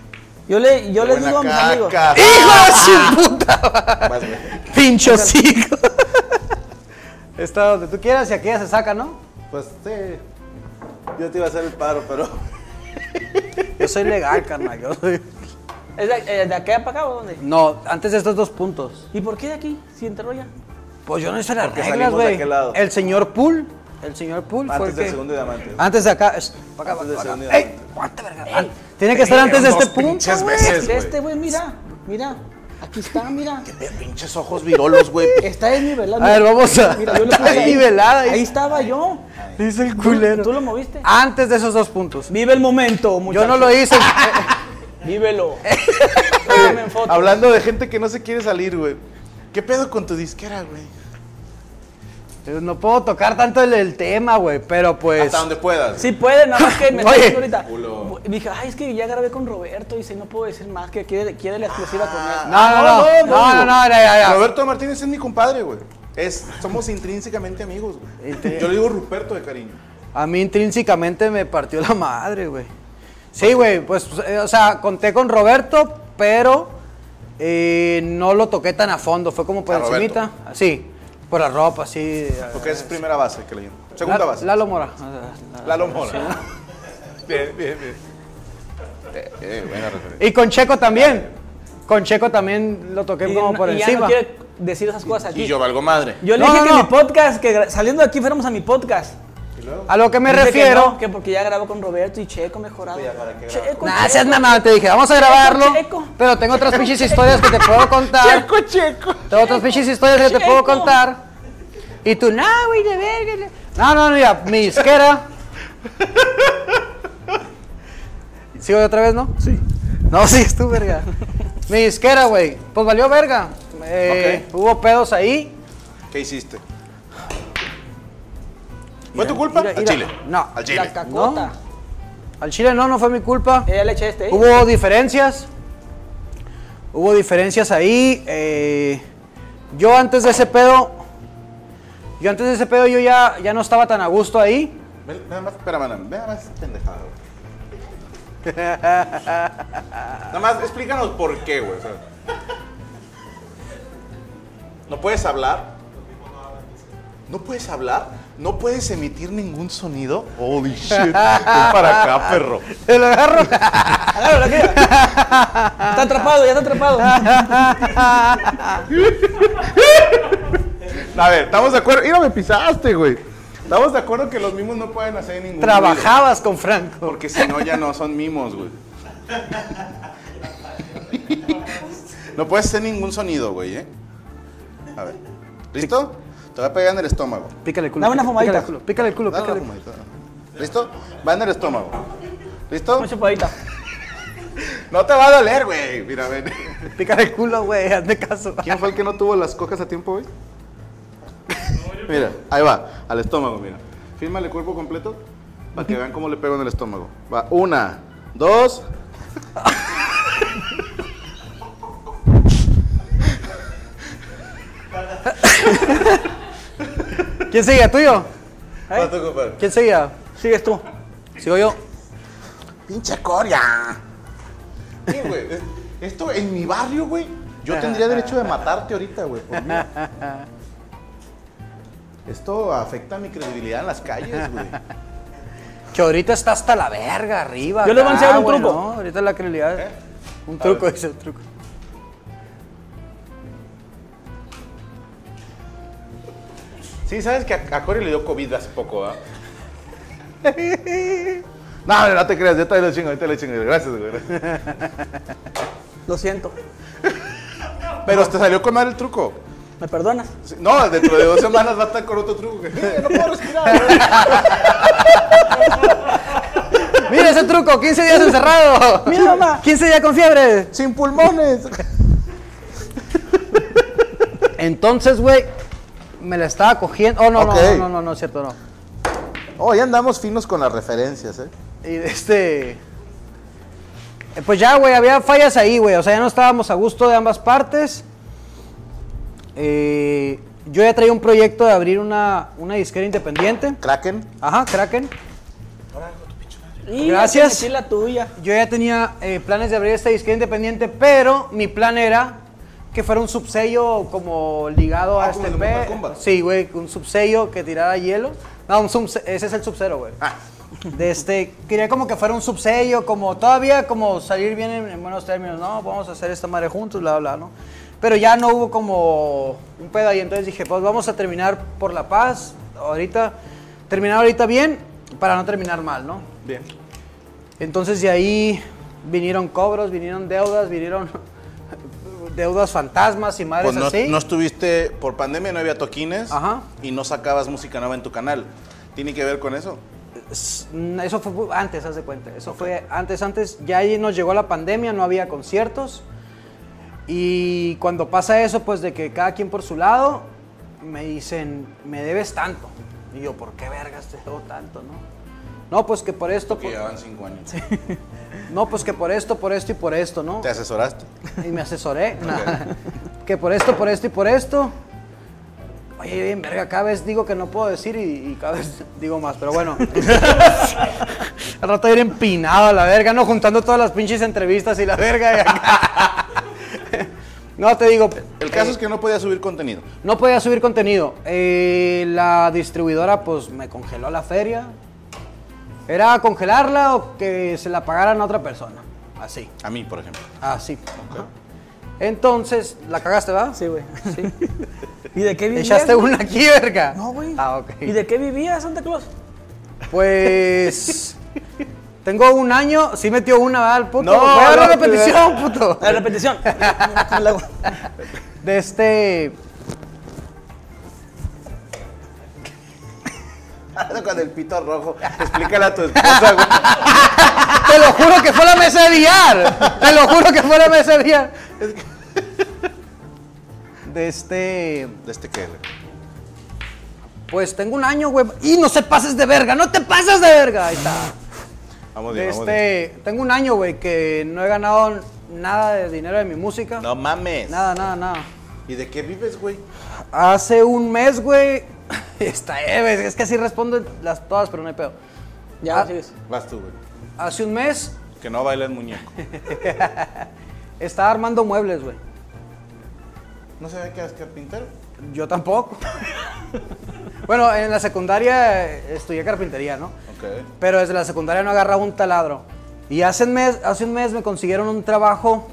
B: Yo le, yo
A: Qué
B: le
A: buena
B: digo a mis
A: caca.
B: amigos. ¿Eh?
C: ¡Hijo de su puta!
A: Vas, güey.
C: ¡Pincho cico! Está donde tú quieras y aquí ya se saca, ¿no?
A: Pues sí. Yo te iba a hacer el paro, pero.
C: Yo soy legal, carnal. Yo soy...
B: ¿Es de, eh, de acá para acá o dónde?
C: No, antes de estos dos puntos.
B: ¿Y por qué de aquí? Si entró ya.
C: Pues yo no hice las
A: Porque
C: reglas,
A: salimos de
C: güey.
A: aquel lado.
C: El señor Pool. El señor Pool fue
A: Antes
C: el
A: del
C: que-
A: segundo diamante.
C: Antes de acá. es- pa' acá,
A: Antes
C: pa'
A: del
C: acá.
A: segundo
C: Ey,
A: diamante.
C: aguanta, verga. Tiene que estar antes de
A: Dos
C: este punto.
A: pinches
C: güey.
A: veces, güey.
B: Este güey, mira, mira. Aquí está, mira.
A: Ve, pinches ojos virolos, güey.
B: Está desnivelado.
C: A ver, vamos a- está
B: puse ahí.
C: desnivelada, ahí.
B: Ahí estaba yo.
C: Dice el culero. Ah,
B: ¿Tú lo moviste?
C: Antes de esos dos puntos.
B: Vive el momento,
C: Yo
B: muchachos.
C: no lo hice.
B: Vívelo. Tómame en foto.
A: Hablando de gente que no se quiere salir, güey. ¿Qué pedo con tu disquera, güey?
C: Eh, No puedo tocar tanto el, el tema, güey, pero pues.
A: Hasta donde puedas.
B: Sí puede, nada más que me está
C: Oye.
B: diciendo ahorita.
A: Culo.
B: Dije, ay, es que ya grabé con Roberto. Dice, no puedo decir más, que quiere, quiere la exclusiva con él.
C: No, no, no.
A: Ah,
C: No, no, no. ya, ya.
A: Roberto Martínez es mi compadre, güey. Es, somos intrínsecamente amigos, güey. Yo le digo Ruperto de cariño.
C: A mí intrínsecamente me partió la madre, güey. Sí, güey, pues, eh, o sea, conté con Roberto, pero eh, no lo toqué tan a fondo. Fue como por
A: ¿A
C: encimita. Sí, por la ropa, sí.
A: Porque es primera base que le llamo. Segunda base.
C: Lalo Mora.
A: Lalo Mora. Bien, bien, bien. Eh, eh, buena referencia.
C: Y con Checo también. Con Checo también lo toqué
B: Y
C: como
B: no-
C: por
B: y ya
C: encima.
B: no quiere decir esas cosas aquí.
A: Y yo valgo madre.
B: Yo le
C: No,
B: dije
C: no,
B: que
C: no.
B: mi podcast, que gra- saliendo de aquí fuéramos a mi podcast.
A: Y luego,
C: A lo que me
B: Dice que
C: refiero.
B: no, Que, porque ya grabó con Roberto y Checo mejorado.
A: Ya, ¿para qué grabó?
B: Checo,
C: Nah,
B: Checo.
C: seas mamá, te dije, vamos a grabarlo.
B: Checo.
C: Pero tengo otras pinches historias que te puedo contar.
B: Checo, Checo.
C: Tengo otras pinches historias que te puedo
B: Checo.
C: contar. Y tú, no, güey, de verga. No, no, no, ya, mi disquera. ¿Sigo otra vez, no? Sí. No, sigues tú, verga. Mi disquera, güey. Pues valió verga. Eh, Hubo pedos ahí.
A: ¿Qué hiciste? ¿Fue tu culpa?
C: mira,
A: Al
C: mira.
A: Chile.
C: No.
A: Al
B: La
A: Chile.
B: cacota.
C: Al chile no, no fue mi culpa.
B: Ella le eché este. ¿eh?
C: Hubo diferencias. Hubo diferencias ahí. eh, yo antes de ese pedo. Yo antes de ese pedo yo ya, ya no estaba tan a gusto ahí.
A: Ve- este Nada más, espérame, nada más, nada más pendejada, güey. Nada más, explícanos por qué, güey. o sea. no puedes hablar. No puedes hablar. No puedes emitir ningún sonido. Holy shit. Ven para acá, perro.
C: El agarro.
B: Agárralo, aquí. Está atrapado, ya está atrapado.
A: A ver, estamos de acuerdo. Mira, me pisaste, güey.
F: Estamos de acuerdo que los mimos no pueden hacer ningún. ruido,
C: Trabajabas con Franco.
F: porque si no, ya no son mimos, güey. No puedes hacer ningún sonido, güey, ¿eh? A ver. ¿Listo? Te va a pegar en el estómago.
C: Pícale el culo.
B: Dame una
C: pícale-
B: fumadita.
C: Pícale el culo, pícale el culo.
F: Dale la
C: pícale.
F: fumadita. ¿Listo? Va en el estómago. ¿Listo?
B: Una chupadita.
F: No te va a doler, güey. Mira, ven.
C: Pícale el culo, güey, hazme caso.
F: ¿Quién fue el que no tuvo las cocas a tiempo, güey? mira, ahí va, al estómago, mira. Fírmale el cuerpo completo para que vean cómo le pego en el estómago. Va, una, dos.
C: ¿Quién seguía? ¿Tuyo?
B: ¿Eh?
F: Va tú, compadre.
C: ¿Quién seguía?
B: Sigues tú.
C: ¿Sigo yo?
F: ¡Pinche coria! Sí, güey. es- Esto en mi barrio, güey. Yo tendría derecho de matarte ahorita, güey. por mí. Esto afecta mi credibilidad en las calles, güey.
C: Que ahorita está hasta la verga arriba.
B: Yo les voy a
C: acá,
B: enseñar un
C: güey,
B: truco.
C: No, ahorita la credibilidad.
F: ¿Eh?
C: Un
F: A
C: truco,
F: ver.
C: dice un truco.
F: Sí, sabes que a, a Cory le dio COVID hace poco, ¿ah? No, no, no te creas, yo te lo chingo, yo te lo chingo. Gracias, güey. gracias.
B: Lo siento.
F: Pero te salió con mal el truco.
B: ¿Me perdonas?
F: Sí, No, dentro de dos semanas va a estar con otro truco. güey. Eh, No puedo respirar. güey.
C: Mira ese truco, 15 días encerrado.
B: Mira, mamá.
C: 15 días con fiebre.
F: Sin pulmones.
C: Entonces, güey, me la estaba cogiendo. Oh, no, no,
F: Ok.
C: no, no, no, no, es cierto, no.
F: Hoy Oh, andamos finos con las referencias, ¿eh?
C: Y de este. eh, Pues ya, güey, había fallas ahí, güey. O sea, ya no estábamos a gusto de ambas partes. Eh, yo ya traía un proyecto de abrir una, una disquera independiente.
F: Kraken.
C: Ajá, Kraken.
B: Y
C: Gracias.
B: Sí, la tuya.
C: Yo ya tenía eh, planes de abrir esta disquera independiente, pero mi plan era que fuera un subsello como ligado
F: Ah,
C: a
F: como
C: este
F: el de Mortal
C: pe-
F: Kombat.
C: Sí, güey, un subsello que tirara hielo. No, un subse- ese es el subcero, güey.
F: Ah.
C: De este, quería como que fuera un subsello, como todavía como salir bien en, en buenos términos, no, vamos a hacer esta madre juntos, bla, bla, ¿no? Pero ya no hubo como un pedo ahí, entonces dije, pues vamos a terminar por la paz, ahorita, terminar ahorita bien, para no terminar mal, ¿no?
F: Bien.
C: Entonces de ahí vinieron cobros, vinieron deudas, vinieron deudas fantasmas y madres
F: Pues no,
C: así.
F: no estuviste, por pandemia no había toquines
C: Ajá.
F: y no sacabas música nueva en tu canal. ¿Tiene que ver con eso?
C: Mm, Eso fue antes, haz de cuenta. Eso fue antes, antes. Ya ahí nos llegó la pandemia, no había conciertos. Y cuando pasa eso, pues de que cada quien por su lado, me dicen, me debes tanto. Y yo, ¿por qué vergas te debo tanto, no? No, pues que por esto,
F: Que
C: por-
F: llevaban cinco años.
C: no, pues que por esto, por esto y por esto, ¿no?
F: ¿Te asesoraste?
C: y me asesoré. que por esto, por esto y por esto. Oye, yo bien verga, cada vez digo que no puedo decir y, y cada vez digo más, pero bueno. Al rato ir empinado a la verga, no juntando todas las pinches entrevistas y la verga. y acá. no, te digo.
F: El caso
C: eh,
F: es que no podía subir contenido.
C: no podía subir contenido. Eh, la distribuidora pues me congeló la feria. Era congelarla o que se la pagaran a otra persona. Así.
F: A mí, por ejemplo.
C: Ah, sí. Ajá. Entonces, ¿la cagaste, va?
B: Sí, güey. Sí. ¿Y de qué vivías?
C: Echaste
B: güey?
C: una aquí, verga.
B: No, güey.
C: Ah, ok.
B: ¿Y de qué vivías, Santa Claus?
C: Pues. Tengo un año, sí metió una, ¿verdad? Al puto.
F: No,
C: Voy a
F: no,
C: la repetición, puto.
B: La repetición.
C: De este.
F: Con el pito rojo. Explícale a tu esposa, güey.
C: Te lo juro que fue la mesa de billar. Te lo juro que fue la mesa de billar. De este.
F: ¿De este qué, güey?
C: Pues tengo un año, güey. Y no se pases de verga, no te pases de verga. Ahí está.
F: Vamos
C: De
F: bien, vamos bien.
C: este, tengo un año, güey, que no he ganado nada de dinero de mi música.
F: No mames.
C: este Nada, nada, nada.
F: ¿Y de qué vives, güey?
C: Hace un mes, güey. Está, eh, güey, es que así respondo las todas, pero no hay pedo.
B: ya,
C: Ah.
B: sigues.
F: Vas tú, güey.
C: Hace un mes
F: Que no baila el muñeco.
C: estaba armando muebles, güey.
F: ¿No sabía que eras carpintero?
C: Yo tampoco. bueno, en la secundaria eh, estudié carpintería, ¿no?
F: Ok.
C: Pero desde la secundaria no agarraba un taladro. Y hace un mes, hace un mes me consiguieron un trabajo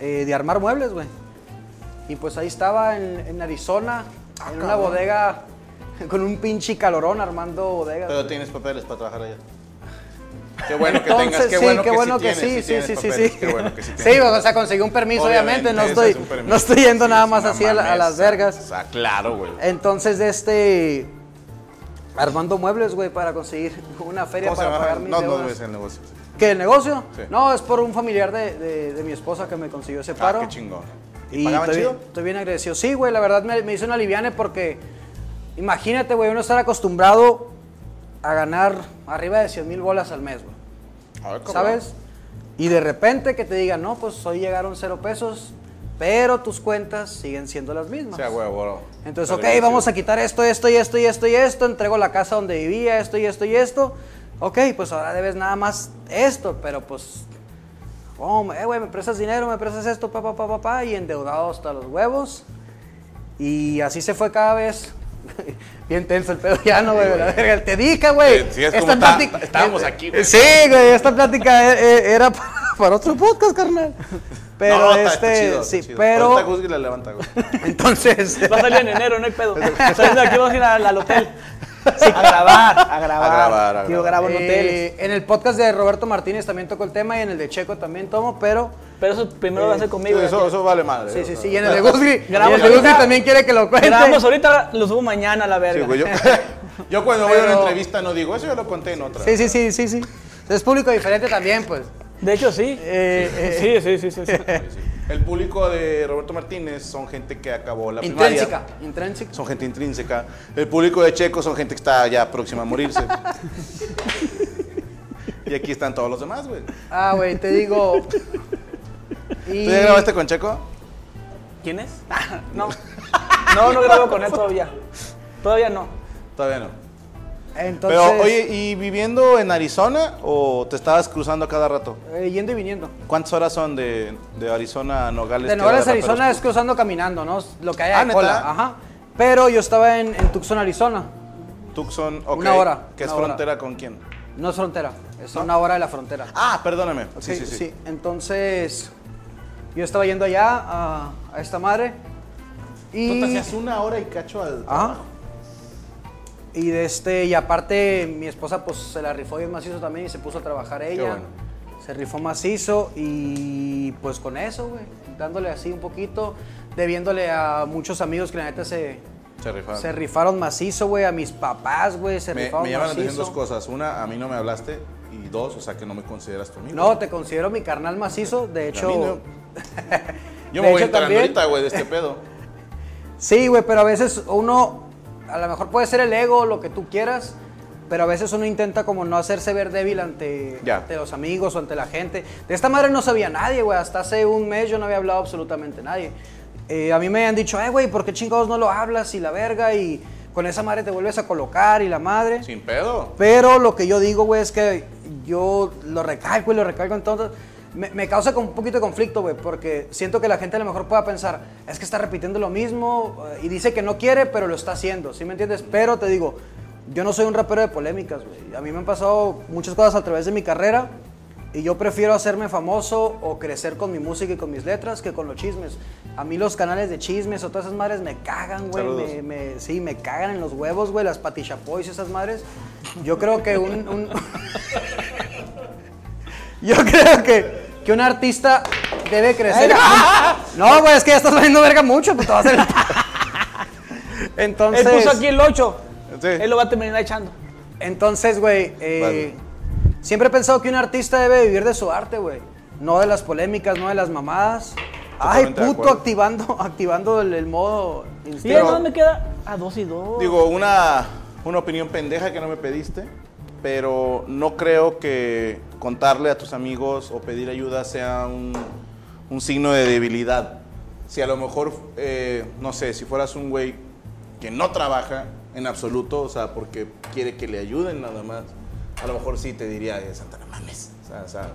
C: eh, de armar muebles, güey. Y pues ahí estaba en, en Arizona, en una bodega con un pinche calorón armando bodegas.
F: Pero
C: güey.
F: tienes papeles para trabajar allá. Qué bueno que tengas,
C: Entonces,
F: qué
C: sí,
F: bueno
C: qué
F: que
C: bueno
F: sí
C: que
F: tienes,
C: sí, sí,
F: tienes
C: sí, sí,
F: papeles,
C: sí.
F: Qué bueno que sí
C: Sí,
F: tienes.
C: o sea, conseguí un permiso, obviamente, no
F: ese
C: estoy,
F: es un permiso.
C: no estoy yendo
F: Sí,
C: nada
F: es
C: más
F: una
C: así a, la- a
F: mamesa.
C: las vergas. ¿Eh,
F: O sea, claro, güey.
C: Entonces, de este. Armando muebles, güey, para conseguir una feria
F: ¿Cómo se
C: para
F: llama?
C: pagar mis
F: No, no,
C: deudas.
F: güey, es el negocio.
C: ¿Qué, el negocio?
F: Sí.
C: No, es por un familiar de, de- de mi esposa que me consiguió ese
F: Ah,
C: paro.
F: qué chingón. ¿Y,
C: Y
F: pagaban
C: estoy,
F: chido?
C: estoy bien agradecido. Sí, güey, la verdad me, me hizo una liviane porque imagínate, güey, uno estar acostumbrado a ganar arriba de 100 mil bolas al mes, güey.
F: A ver, Ah, cabrón.
C: ¿Sabes? Y de repente que te digan, no, pues hoy llegaron cero pesos, pero tus cuentas siguen siendo las
F: O
C: mismas.
F: sea, güey, bro.
C: Entonces, ok, vamos a quitar esto, esto y esto y esto y esto, entrego la casa donde vivía, esto y esto y esto. Ok, pues ahora debes nada más esto, pero pues, oh, eh, güey, me prestas dinero, me prestas esto, pa, pa, pa, pa, pa, y endeudado hasta los huevos. Y así se fue cada vez. Bien tenso el pedo ya, no, güey, la verga, te dije, güey.
F: Sí, sí, es
C: esta
F: como ta-
C: plática-
F: estábamos aquí, güey.
C: Sí, güey, esta plática e- e- era para, para otro podcast, carnal. Pero
F: No,
C: este,
F: está- está chido, está
C: sí,
F: chido. Ahorita
C: pero
F: Guzzi la levanta, güey.
C: entonces
B: Va a salir en enero, no hay pedo. Saliendo de aquí vamos a ir al, al hotel. A grabar, a grabar.
F: A grabar, a
B: Yo
F: grabar.
B: grabo en
C: Eh,
B: hoteles.
C: En el podcast de Roberto Martínez también tocó el tema y en el de Checo también tomo, pero.
B: Pero eso primero va a ser conmigo.
F: Sí,
B: ya
F: eso,
B: que-
F: eso vale madre.
C: Sí, sí,
F: o sea,
C: sí. Y en el de Guzzi. y en el
B: Grabamos
C: de Guzzi
B: ahorita.
C: también quiere que lo cuente.
B: Grabamos ahorita, lo subo mañana a la verga.
F: Sí, güey, yo, yo cuando voy a
C: Pero-
F: una entrevista no digo, eso yo lo conté en otra.
C: Sí, sí, sí, sí, sí. Es público diferente también, pues.
B: De hecho, sí.
C: Eh,
B: sí, sí, sí, sí, sí.
F: Sí. El público de Roberto Martínez son gente que acabó la primaria.
C: eh, Intrínseca. Intrínseca.
F: Son gente intrínseca. El público de Checo son gente que está ya próxima a morirse. y aquí están todos los demás, güey.
C: Ah, güey, te digo. Y...
F: ¿Tú ya grabaste con Checo?
B: ¿Quién es?
C: Ah,
B: No. No, no grabo con él todavía. Todavía no.
F: Todavía no.
C: Entonces.
F: Pero, oye, ¿y viviendo en Arizona o te estabas cruzando a cada rato?
C: eh, yendo y viniendo.
F: ¿Cuántas horas son de, de Arizona a Nogales?
C: De
F: que
C: Nogales,
F: va de
C: Arizona es
F: raperos?
C: cruzando caminando, ¿no? Lo que hay
F: Ah,
C: de
F: ¿neta?
C: cola. Ajá. Pero yo estaba en, en Tucson, Arizona.
F: Tucson, ok.
C: Una hora,
F: ¿Que es
C: una hora.
F: frontera con quién?
C: No es frontera. Es a una hora de la frontera.
F: Ah, perdóname.
C: Sí,
F: sí, sí, sí.
C: Entonces, yo estaba yendo allá a, a esta madre.
F: Tú
C: Y,
F: te hacías una hora y cacho al
C: Ajá.
F: trabajo.
C: y de este, y aparte, mi esposa pues se la rifó bien macizo también y se puso a trabajar ella.
F: bueno.
C: Se rifó macizo y pues con eso, güey. Dándole así un poquito, debiéndole a muchos amigos que la neta se,
F: Se rifaron.
C: se rifaron macizo, güey. A mis papás, güey, se
F: me,
C: rifaron
F: me llaman la
C: macizo.
F: atención dos cosas. Una, a mí no me hablaste. Y dos, o sea, que no me consideras tu amigo.
C: No, te considero mi carnal macizo. De
F: mí
C: hecho,
F: no.
C: de
F: Yo me voy
C: hecho,
F: entrando
C: también.
F: ahorita, güey, de este pedo.
C: Sí, güey, pero a veces uno, a lo mejor puede ser el ego, lo que tú quieras, pero a veces uno intenta como no hacerse ver débil ante,
F: Ya.
C: ante los amigos o ante la gente. De esta madre no sabía nadie, güey, hasta hace un mes yo no había hablado absolutamente a nadie. Eh, a mí me han dicho, eh, güey, ¿por qué chingados no lo hablas y la verga y con esa madre te vuelves a colocar y la madre?
F: Sin pedo.
C: Pero lo que yo digo, güey, es que yo lo recalco y lo recalco entonces. Me, me causa como un poquito de conflicto, güey, porque siento que la gente a lo mejor pueda pensar, es que está repitiendo lo mismo eh, y dice que no quiere, pero lo está haciendo, ¿sí me entiendes? Pero te digo, yo no soy un rapero de polémicas, güey. A mí me han pasado muchas cosas a través de mi carrera y yo prefiero hacerme famoso o crecer con mi música y con mis letras que con los chismes. A mí los canales de chismes o todas esas madres me cagan, güey.
F: Saludos.
C: me- me- sí, me cagan en los huevos, güey, las patichapois y esas madres. Yo creo que un... un- yo creo que, que un artista debe crecer. no, güey, es que ya estás valiendo verga mucho, pues te vas a hacer... Entonces...
B: Él puso aquí el 8.
F: Sí.
B: Él lo va a terminar echando.
C: Entonces, güey, eh, siempre he pensado que un artista debe vivir de su arte, güey. No de las polémicas, no de las mamadas. Ay,
F: Totalmente de
C: puto,
F: acuerdo.
C: activando, activando el, el modo
B: ¿Y él
C: instinto.
F: Digo-
B: dónde queda? A 2 y 2.
F: Digo, una, una opinión pendeja que no me pediste, pero no creo que contarle a tus amigos o pedir ayuda sea un, un signo de debilidad. Si a lo mejor, eh, no sé, si fueras un güey que no trabaja en absoluto, o sea, porque quiere que le ayuden nada más, a lo mejor sí te diría, eh, Santana, mames, o sea, o sea,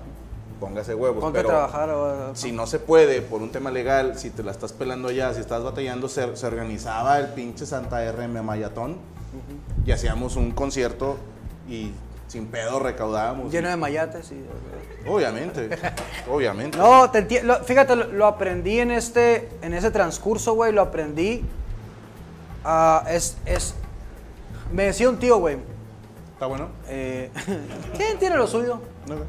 F: póngase huevos.
C: Ponte a
F: pero-
C: trabajar. o-
F: si no se puede por un tema legal, si te la estás pelando allá, si estás batallando, se, se organizaba el pinche Santa RM Mayatón y hacíamos un concierto y sin pedo recaudábamos.
C: Lleno de mayates. Y...
F: Obviamente, obviamente.
C: No, te enti- lo- fíjate, lo, lo aprendí en este, en ese transcurso, güey, lo aprendí. Ah, es, es, Me decía un tío, güey.
F: ¿Está bueno?
C: eh, ¿Quién tiene lo suyo?
F: No, güey.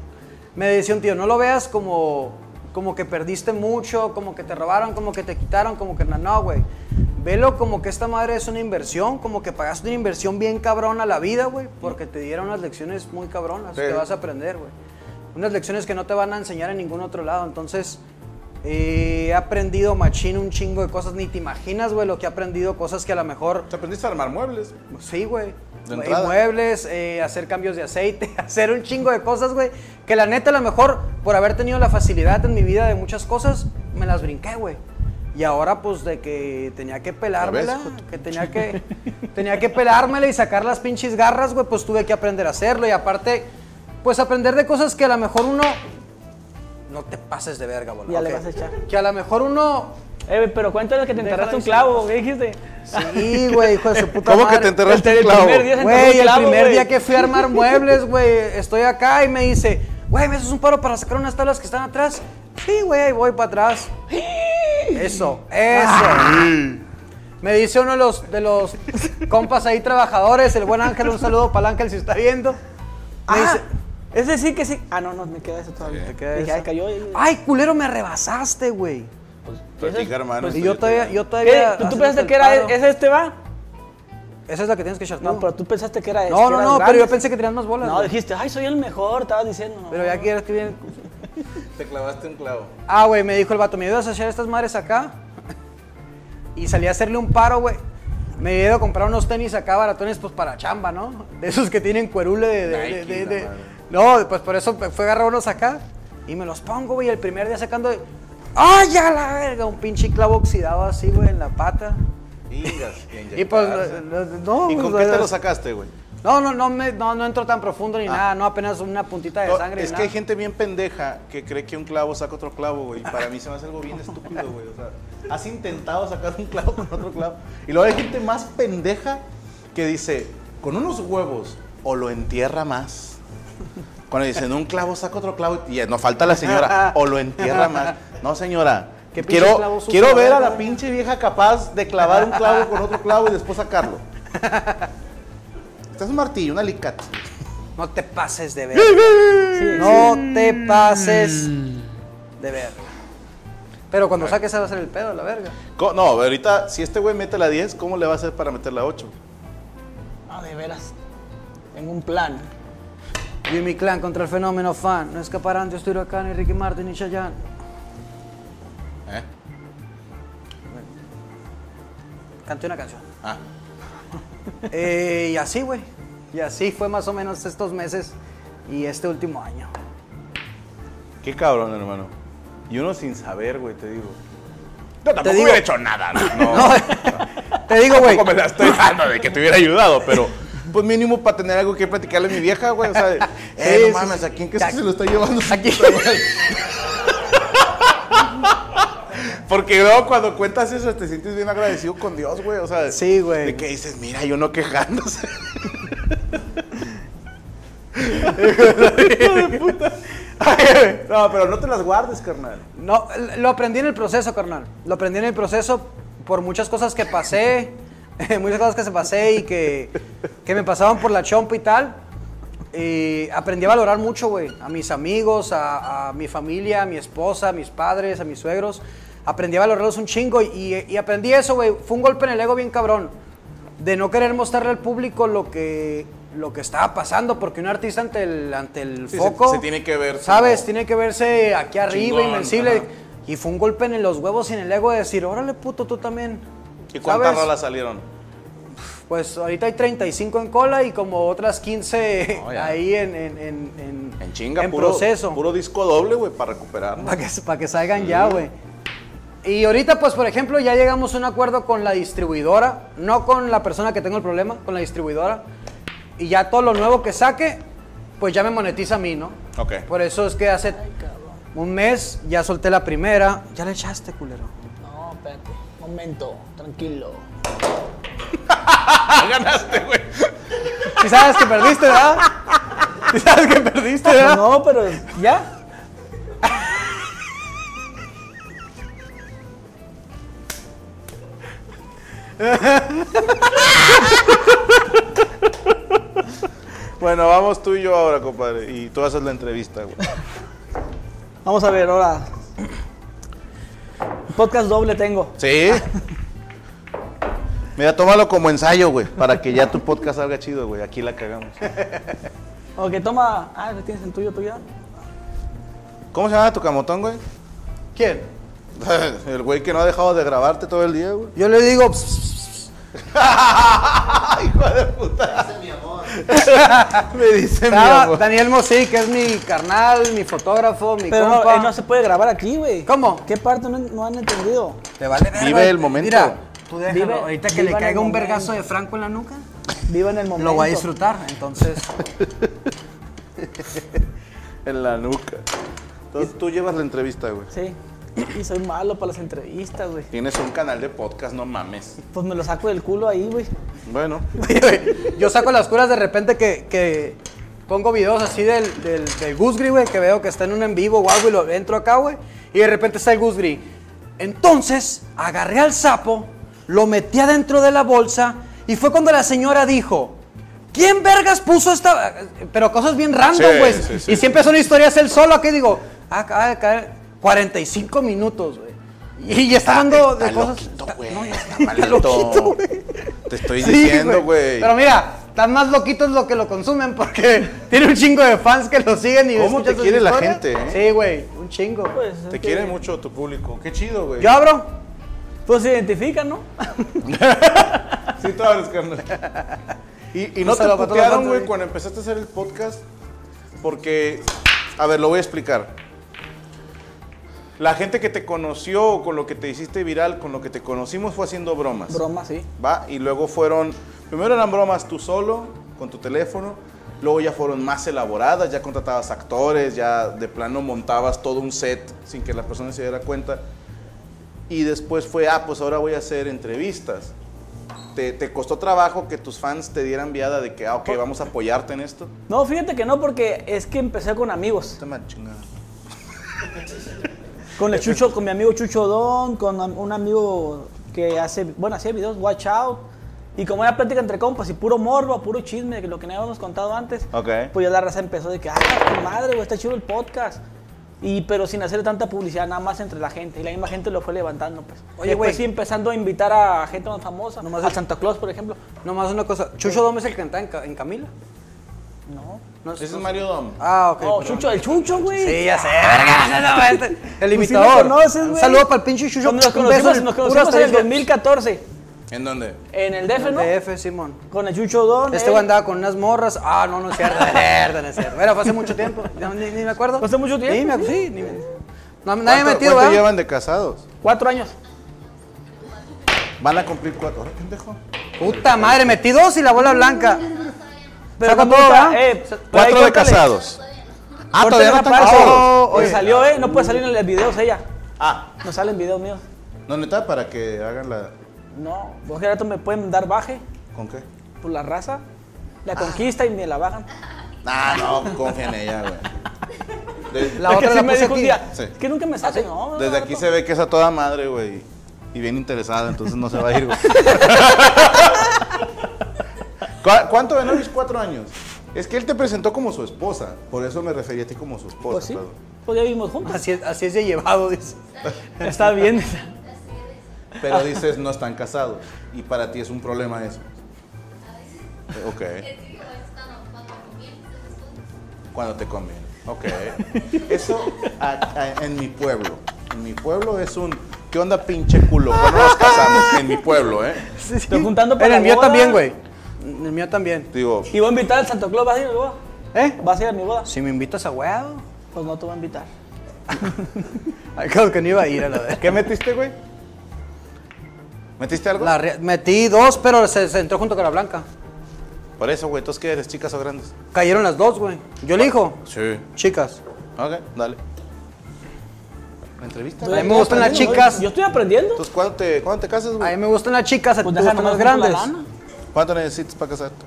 C: Me decía un tío, no lo veas como, como que perdiste mucho, como que te robaron, como que te quitaron, como que na- no, güey. Velo como que esta madre es una inversión, como que pagaste una inversión bien cabrona a la vida, güey, porque te dieron unas lecciones muy cabronas
F: Sí.
C: que vas a aprender, güey. Unas lecciones que no te van a enseñar en ningún otro lado. Entonces, eh, he aprendido machín un chingo de cosas, ni te imaginas, güey, lo que he aprendido, cosas que a lo mejor
F: Te aprendiste a armar muebles.
C: Sí, güey.
F: De
C: Güey,
F: entrada.
C: Muebles, eh, hacer cambios de aceite, hacer un chingo de cosas, güey. Que la neta, a lo mejor, por haber tenido la facilidad en mi vida de muchas cosas, me las brinqué, güey. Y ahora, pues, de que tenía que pelármela,
F: Ya ves, joto.
C: que tenía que, tenía que pelármela y sacar las pinches garras, güey, pues tuve que aprender a hacerlo. Y aparte, pues, aprender de cosas que a lo mejor uno... No te pases de verga, boludo.
B: Ya le
C: Ok.
B: vas a echar.
C: Que a lo mejor uno...
B: Eh, güey, pero cuéntales que te
C: Deja
B: enterraste
C: de
B: un clavo, ¿qué dijiste? Este,
C: Sí, güey, hijo de su puta
F: ¿Cómo que
C: madre.
F: te enterraste
B: El-
F: el
B: el
F: clavo?
B: primer día- Déjate
C: Güey,
B: un
C: el
B: clavo,
C: primer
B: güey.
C: día que fui a armar muebles, güey, estoy acá y me dice, güey, ¿me haces un paro para sacar unas tablas que están atrás? Sí, güey, ahí voy para atrás. Eso, eso. Me dice uno de los, de los compas ahí trabajadores, el buen Ángel, un saludo para el Ángel si está viendo. Me
B: Ah,
C: dice,
B: es decir que sí. Ah, no, no, me queda eso todavía.
C: Te queda Ah,
B: Dije,
C: esa.
B: ay, cayó. eh,
C: ay, culero, me rebasaste, güey.
F: Platica,
C: Y
F: hermano. esto
C: yo
F: te-
C: todavía, yo
B: ¿Qué?
C: todavía...
B: Eh, ¿Tú, tú
C: haciéndote
B: pensaste
C: el
B: que era
C: paro.
B: e- ese este va?
C: Esa es la que tienes que echar
B: No, pero tú pensaste que era este.
C: No, no,
B: era
C: no,
B: grande.
C: pero yo pensé que tenías más bolas.
B: No,
C: güey.
B: dijiste, ay, soy el mejor, estabas diciendo. no.
C: Pero ya quieres que viene.
F: Te clavaste un clavo.
C: Ah, güey, me dijo el vato, ¿me ayudas a echar estas madres acá? Y salí a hacerle un paro, güey. Me he ido a comprar unos tenis acá baratones, pues para chamba, ¿no? De esos que tienen cuerule de. de- de-
F: Nike,
C: de-
F: la
C: de-
F: madre.
C: No, pues por eso fue agarrar unos acá. Y me los pongo, güey, el primer día sacando. de- ¡Ay, ya la verga! Un pinche clavo oxidado así, güey, en la pata.
F: Ingas, que
C: Y pues,
F: inyectarse.
C: no, no,
F: eh. ¿Y con
C: pues,
F: qué te
C: no,
F: lo sacaste, güey?
C: No, no, no, me, no, no entro tan profundo ni
F: Ah.
C: nada, no, apenas una puntita de
F: No,
C: sangre. y
F: es que
C: nada.
F: hay gente bien pendeja que cree que un clavo saca otro clavo, güey. Y Para mí se me hace algo bien estúpido, güey. O sea, has intentado sacar un clavo con otro clavo. Y luego hay gente más pendeja que dice, con unos huevos o lo entierra más. Cuando dicen, un clavo saca otro clavo. Y no falta la señora, o lo entierra más. No, señora.
C: ¿Qué pinche clavo
F: Quiero,
C: sucio,
F: quiero ver a la
C: verdad?
F: pinche vieja capaz de clavar un clavo con otro clavo y después sacarlo. Este es un martillo, un alicate.
C: No te pases de ver. no te pases de ver. Pero cuando saques se va a hacer el pedo, la verga.
F: Co- No, ahorita, si este güey mete la 10, ¿cómo le va a hacer para meter la 8?
B: Ah, de veras. Tengo un plan.
C: Jimmy Clan contra el fenómeno fan. No escaparán de Huracán, acá, ni Ricky Martin, ni Chayanne.
F: ¿Eh?
C: Canté una canción.
F: Ah.
C: Eh, y así, güey. Y así fue más o menos estos meses y este último año.
F: Qué cabrón, hermano. Y uno sin saber, güey, te digo. Yo tampoco
C: digo-
F: hubiera hecho nada, no.
C: No, te digo, güey.
F: Oh. Tampoco me la estoy dando de que te hubiera ayudado, pero pues mínimo para tener algo que platicarle a mi vieja, güey. O sea, de, eh,
C: sí,
F: no mames,
C: sí.
F: ¿a quién que
C: Ya-
F: se lo está llevando? su
C: aquí.
F: puta madre? Porque luego cuando cuentas eso te sientes bien agradecido con Dios, güey. O sea,
C: Sí, güey.
F: De que dices, mira, hay uno quejándose. No, pero no te las guardes, carnal.
C: No, l- lo aprendí en el proceso, carnal. Lo aprendí en el proceso por muchas cosas que pasé, eh, muchas cosas que se pasé y que, que me pasaban por la chompa y tal. Y aprendí a valorar mucho, güey, a mis amigos, a, a mi familia, a mi esposa, a mis padres, a mis suegros. Aprendí a valorarlos un chingo y, y aprendí eso, güey. Fue un golpe en el ego bien cabrón. De no querer mostrarle al público lo que, lo que estaba pasando, porque un artista ante el, ante el
F: Sí, se-
C: foco.
F: se tiene que ver
C: ¿Sabes?
F: como-
C: Tiene que verse aquí arriba,
F: Chingón,
C: invencible.
F: ajá.
C: Y fue un golpe en los huevos y en el ego de decir, órale, puto, tú también.
F: ¿Y cuántas
C: ¿Sabes?
F: rolas salieron?
C: Pues ahorita hay 35 en cola y como otras 15
F: No, Oh, ya.
C: ahí en, en, en, en,
F: En chinga,
C: en
F: puro,
C: proceso.
F: puro disco doble, güey, para recuperar.
C: Para que, pa' que salgan ya, güey. Y ahorita, pues, por ejemplo, ya llegamos a un acuerdo con la distribuidora, no con la persona que tengo el problema, con la distribuidora. Y ya todo lo nuevo que saque, pues ya me monetiza a mí, ¿no?
F: Ok.
C: Por eso es que hace un mes ya solté la primera. Ya la echaste, culero.
B: No, espérate. Momento, tranquilo.
F: ganaste, güey.
C: Si sabes que perdiste, ¿verdad? Si sabes que perdiste, ¿verdad?
B: No, pero ya.
F: Bueno, vamos tú y yo ahora, compadre. Y tú haces la entrevista, güey.
B: Vamos a ver, ahora. Podcast doble tengo.
F: ¿Sí? Mira, tómalo como ensayo, güey, para que ya tu podcast salga chido, güey. Aquí la cagamos.
B: Ok, toma. Ah, ¿tienes el tuyo, tuya?
F: ¿Cómo se llama tu camotón, güey?
C: ¿Quién?
F: El güey que no ha dejado de grabarte todo el día, güey.
C: Yo le digo.
F: Hijo de puta. Me dice mi
C: Estaba
F: amor.
C: Daniel Mosí, que es mi carnal, mi fotógrafo, mi
B: Pero no,
C: compa.
B: eh, no se puede grabar aquí, güey.
C: ¿Cómo?
B: ¿Qué parte no, no han entendido?
C: Te vale verga.
F: Vive el momento.
C: Mira, tú déjalo.
B: Vive-
C: Ahorita que
B: viva
C: le
B: en el
C: caiga un
B: momento.
C: vergazo de Franco en la nuca,
B: Viva en el momento.
C: lo voy a disfrutar. Entonces,
F: En la nuca. Entonces tú llevas la entrevista, güey.
B: Sí. Y soy malo para las entrevistas, güey.
F: Tienes un canal de podcast, no mames.
B: Pues me lo saco del culo ahí, güey.
F: Bueno,
C: yo saco las curas de repente que, que pongo videos así del, del, del Gusgri, güey, que veo que está en un en vivo o algo y lo entro acá, güey. Y de repente está el Gusgri. Entonces, agarré al sapo, lo metí adentro de la bolsa y fue cuando la señora dijo. ¿Quién vergas puso esta.? Pero cosas bien random,
F: Sí,
C: güey.
F: sí, sí.
C: y siempre son historias él solo. Aquí digo, ah, ah, ah, 45 minutos, güey. Y, y está dando de
F: está
C: cosas.
F: loquito,
C: está-
F: güey.
C: no, ya
F: Está
C: está
F: malito.
C: loquito, güey.
F: Te estoy
C: Sí,
F: diciendo, güey.
C: Pero mira, están más loquitos los que lo consumen porque tiene un chingo de fans que lo siguen y
F: ¿Cómo
C: escuchan
F: te
C: sus
F: quiere la
C: historias.
F: gente, eh?
C: Sí, güey, un chingo.
B: Pues, es
F: Te
B: que-
F: quiere mucho tu público. Qué chido, güey.
C: Yo abro.
B: Pues se identifican, ¿no?
F: Sí, tú abres, carnal. Y, y no
C: Un
F: te
C: saludo para todos los
F: putearon,
C: fans,
F: güey,
C: güey.
F: cuando empezaste a hacer el podcast. Porque, a ver, lo voy a explicar. La gente que te conoció, con lo que te hiciste viral, con lo que te conocimos, fue haciendo bromas.
B: Broma, sí.
F: ¿Va? Y luego fueron. Primero eran bromas tú solo, con tu teléfono. Luego ya fueron más elaboradas, ya contratabas actores, ya de plano montabas todo un set sin que la persona se diera cuenta. Y después fue, ah, pues ahora voy a hacer entrevistas. ¿Te, te costó trabajo que tus fans te dieran viada de que, ah, ok, vamos a apoyarte en esto?
B: No, fíjate que no, porque es que empecé con amigos.
F: Esta madre chingada.
B: Con el Chucho, con mi amigo Chucho Don, con am- un amigo que hace, bueno, hacía videos, watch out. Y como era plática entre compas y puro morbo, puro chisme, que lo que no habíamos contado antes,
F: Ok.
B: pues ya la raza empezó de que, ah, qué madre, güey, está chido el podcast. Y pero sin hacer tanta publicidad, nada más entre la gente. Y la misma gente lo fue levantando, pues.
C: Oye,
B: Después
C: güey.
B: sí empezando a invitar a gente más famosa,
C: Nomás
B: nomás
C: el-
B: al Santa Claus, por ejemplo.
C: Nomás una cosa. Chucho Dom es el que canta en, Ca- en Camila.
B: No.
C: No,
F: Ese es
C: no-
F: Mario Dom.
C: Ah, ok.
B: No,
C: perdón.
B: Chucho, el Chucho, güey.
C: Sí, ya sé, verga, no, no, este- El
B: Pues sí lo
C: imitador.
B: conoces,
C: un
B: güey.
C: saludo para el pinche Chucho.
B: Cuando nos
C: un beso
B: conocimos,
C: en-
B: nos
C: puras
B: conocimos en el
C: tarjetas.
B: 2014,
F: ¿En dónde?
B: en el DF, ¿no?
C: DF, Simón.
B: Con el Chucho Don. eh,
C: Este
B: él.
C: güey andaba con unas morras. Ah, no, no es cierto, no es cierto, no es cierto. Bueno, fue hace mucho tiempo. No, ni, ni me acuerdo.
B: ¿Fue hace mucho tiempo?
C: Ni me, sí, ni me. No, nadie
F: ¿Cuánto-
C: metido,
F: ¿Cuánto
C: ¿verdad?
F: llevan de casados?
B: Cuatro años.
F: Van a cumplir cuatro. Ahora, pendejo.
C: Puta madre, metí dos y la bola blanca. Saco
B: ¿cómo
C: todo,
B: está?
C: ¿verdad?
B: Eh, por ahí
F: Cuatro de
B: córtale.
F: casados. Ah,
B: Córtale
F: todavía no
B: la
F: están
B: parte.
F: casados.
C: Oh, oye.
B: Se salió, eh. No puede salir en los videos ella.
F: Ah,
B: No salen videos míos.
F: No, neta, para que hagan la.
B: No. Vos, Gerardo, me pueden dar baje
F: ¿Con qué?
B: por la raza.
C: Ah.
B: La conquista y me la bajan.
F: Ah, no, confía en ella, güey. De-
C: La
B: Es que
C: otra
B: sí
C: la
B: me
C: puse
B: dijo un
C: aquí. Ah,
B: día.
F: Sí.
B: Que nunca me saquen. No, no,
F: desde
B: no,
F: aquí
B: no.
F: se ve que es a toda madre, güey. Y bien interesada, entonces no se va a ir, güey. ¿Cu- ¿Cuánto de novios? Cuatro años. Es que él te presentó como su esposa. Por eso me refería a ti como su esposa.
B: Pues sí.
F: perdón.
B: Pues ya vivimos juntos.
C: Así es, así es de llevado, dice.
B: Está bien.
F: Pero dices, no están casados. Y para ti es un problema eso. Ok. Cuando te conviene. Ok. Eso a- a- en mi pueblo. En mi pueblo es un. ¿Qué onda, pinche culo? ¿Cuándo nos casamos? En mi pueblo, ¿eh?
B: Estoy juntando para
C: En el
B: la
C: mío
B: boda.
C: también, güey. En el mío también.
F: Digo,
B: Y voy a invitar al Santo Claus. ¿Vas a ir a mi boda?
C: ¿Eh?
B: ¿Vas a ir a mi boda?
C: Si me invitas a huevo.
B: Pues no te voy a invitar.
C: Ay, claro que no iba a ir a la vez.
F: ¿qué metiste, güey? ¿Metiste algo?
C: La re- metí dos, pero se, se entró junto con la blanca.
F: Por eso, güey. ¿Entonces qué eres, chicas o grandes?
C: Cayeron las dos, güey. Yo elijo.
F: Sí.
C: Chicas.
F: Ok, dale. ¿La entrevista?
C: A mí me gustan las
B: Yo estoy-
C: chicas.
B: Yo estoy aprendiendo.
F: Entonces, ¿cuándo te, ¿cuándo te casas,
C: A mí
F: güey?
C: me gustan las chicas, a ti
B: Pues
C: te
B: déjame
C: gustan las grandes.
F: ¿Cuánto necesitas para casarte?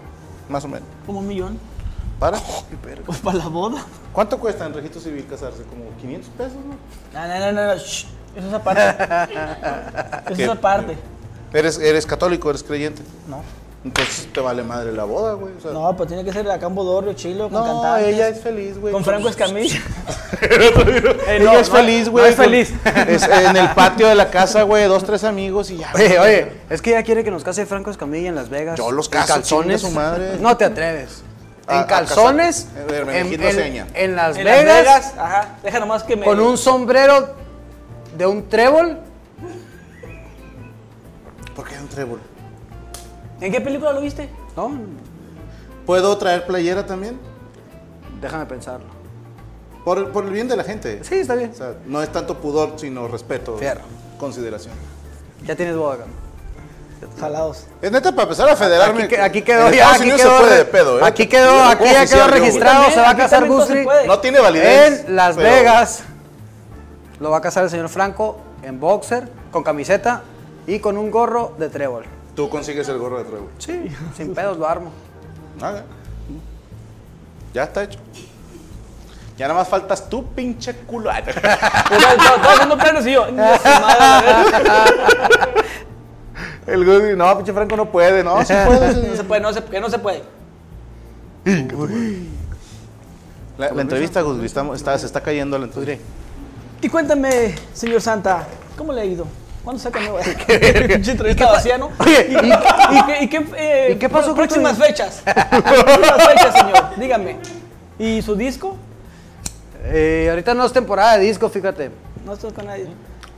F: Más o menos.
B: Como un millón.
F: ¿Para?
B: Pues para la boda.
F: ¿Cuánto cuesta en registro civil casarse? ¿Como 500 pesos, no?
B: No, no, no, no, no. shh. Eso es aparte. Eso es aparte.
F: ¿Eres, eres católico, eres creyente?
B: No.
F: Entonces te vale madre la boda, güey. o sea,
B: No, pues tiene que ser a Campo Dorrio, Chilo, con
F: no,
B: cantantes.
F: ella es feliz, güey.
B: Con Franco Escamilla. Eh,
F: ella
B: no,
F: es
B: no,
F: feliz,
B: no
F: güey.
B: es
F: con-
B: feliz.
F: es en el patio de la casa, güey, dos, tres amigos y ya.
C: Oye, oye, es que ella quiere que nos case Franco Escamilla en Las Vegas.
F: Yo los
C: En
F: caso, chinga su madre.
C: No te atreves.
F: A-
C: en
F: a
C: calzones,
F: casar. A ver, me
C: en,
F: dijiste
C: en-
F: seña.
C: en Las
B: En
C: Vegas,
B: Las Vegas. Ajá. Deja nomás que me.
C: con un sombrero de un trébol.
F: ¿Por qué un trébol?
B: ¿En qué película lo viste?
C: No,
F: ¿Puedo traer playera también?
C: déjame pensarlo.
F: Por, el- por el bien de la gente.
C: Sí, está bien.
F: O sea, no es tanto pudor, sino respeto.
C: Fierro.
F: Consideración.
C: Ya tienes boda, cabrón.
B: Jalados.
F: Es neta, para empezar a federarme.
C: Aquí, que- aquí
F: en
C: quedó ya,
F: Estados
C: aquí
F: Unidos
C: quedó.
F: se puede de pedo, ¿eh?
C: Aquí
F: Yo
C: quedó,
F: lo
C: aquí ya
F: puedo
C: quedó
F: oficiar yo, güey.
C: registrado,
B: güey.
C: se va a
B: Aquí
C: casar
B: también todo se
C: Gusri.
B: puede.
F: No tiene validez.
C: En Las
F: pero-
C: Vegas lo va a casar el señor Franco en boxer, con camiseta y con un gorro de trébol.
F: Tú consigues el gorro de trébol.
C: Sí, sin pedos lo armo.
F: Nada. Ya está hecho. Ya nada más faltas tú, pinche culo. Ay,
B: Estaba haciendo planos y yo. "Chinga su madre, la verga".
F: El Goody, no, pinche Franco no puede, no, sí puede. sí.
B: No se puede, no se, que no se puede.
F: La, la entrevista, Goody, está, está- se está cayendo la entrevista.
B: Y cuéntame, señor Santa, ¿cómo le ha ido? ¿Cuándo saca nueva? Pinche entrevista vacía, ¿no?
C: Oye,
B: ¿Y, y qué- y qué, eh,
C: ¿y qué pasó con
B: Próximas
C: tu-
B: fechas. próximas fechas, señor. Dígame. ¿Y su disco?
C: Eh, ahorita no es temporada de disco, fíjate.
B: No estoy con nadie.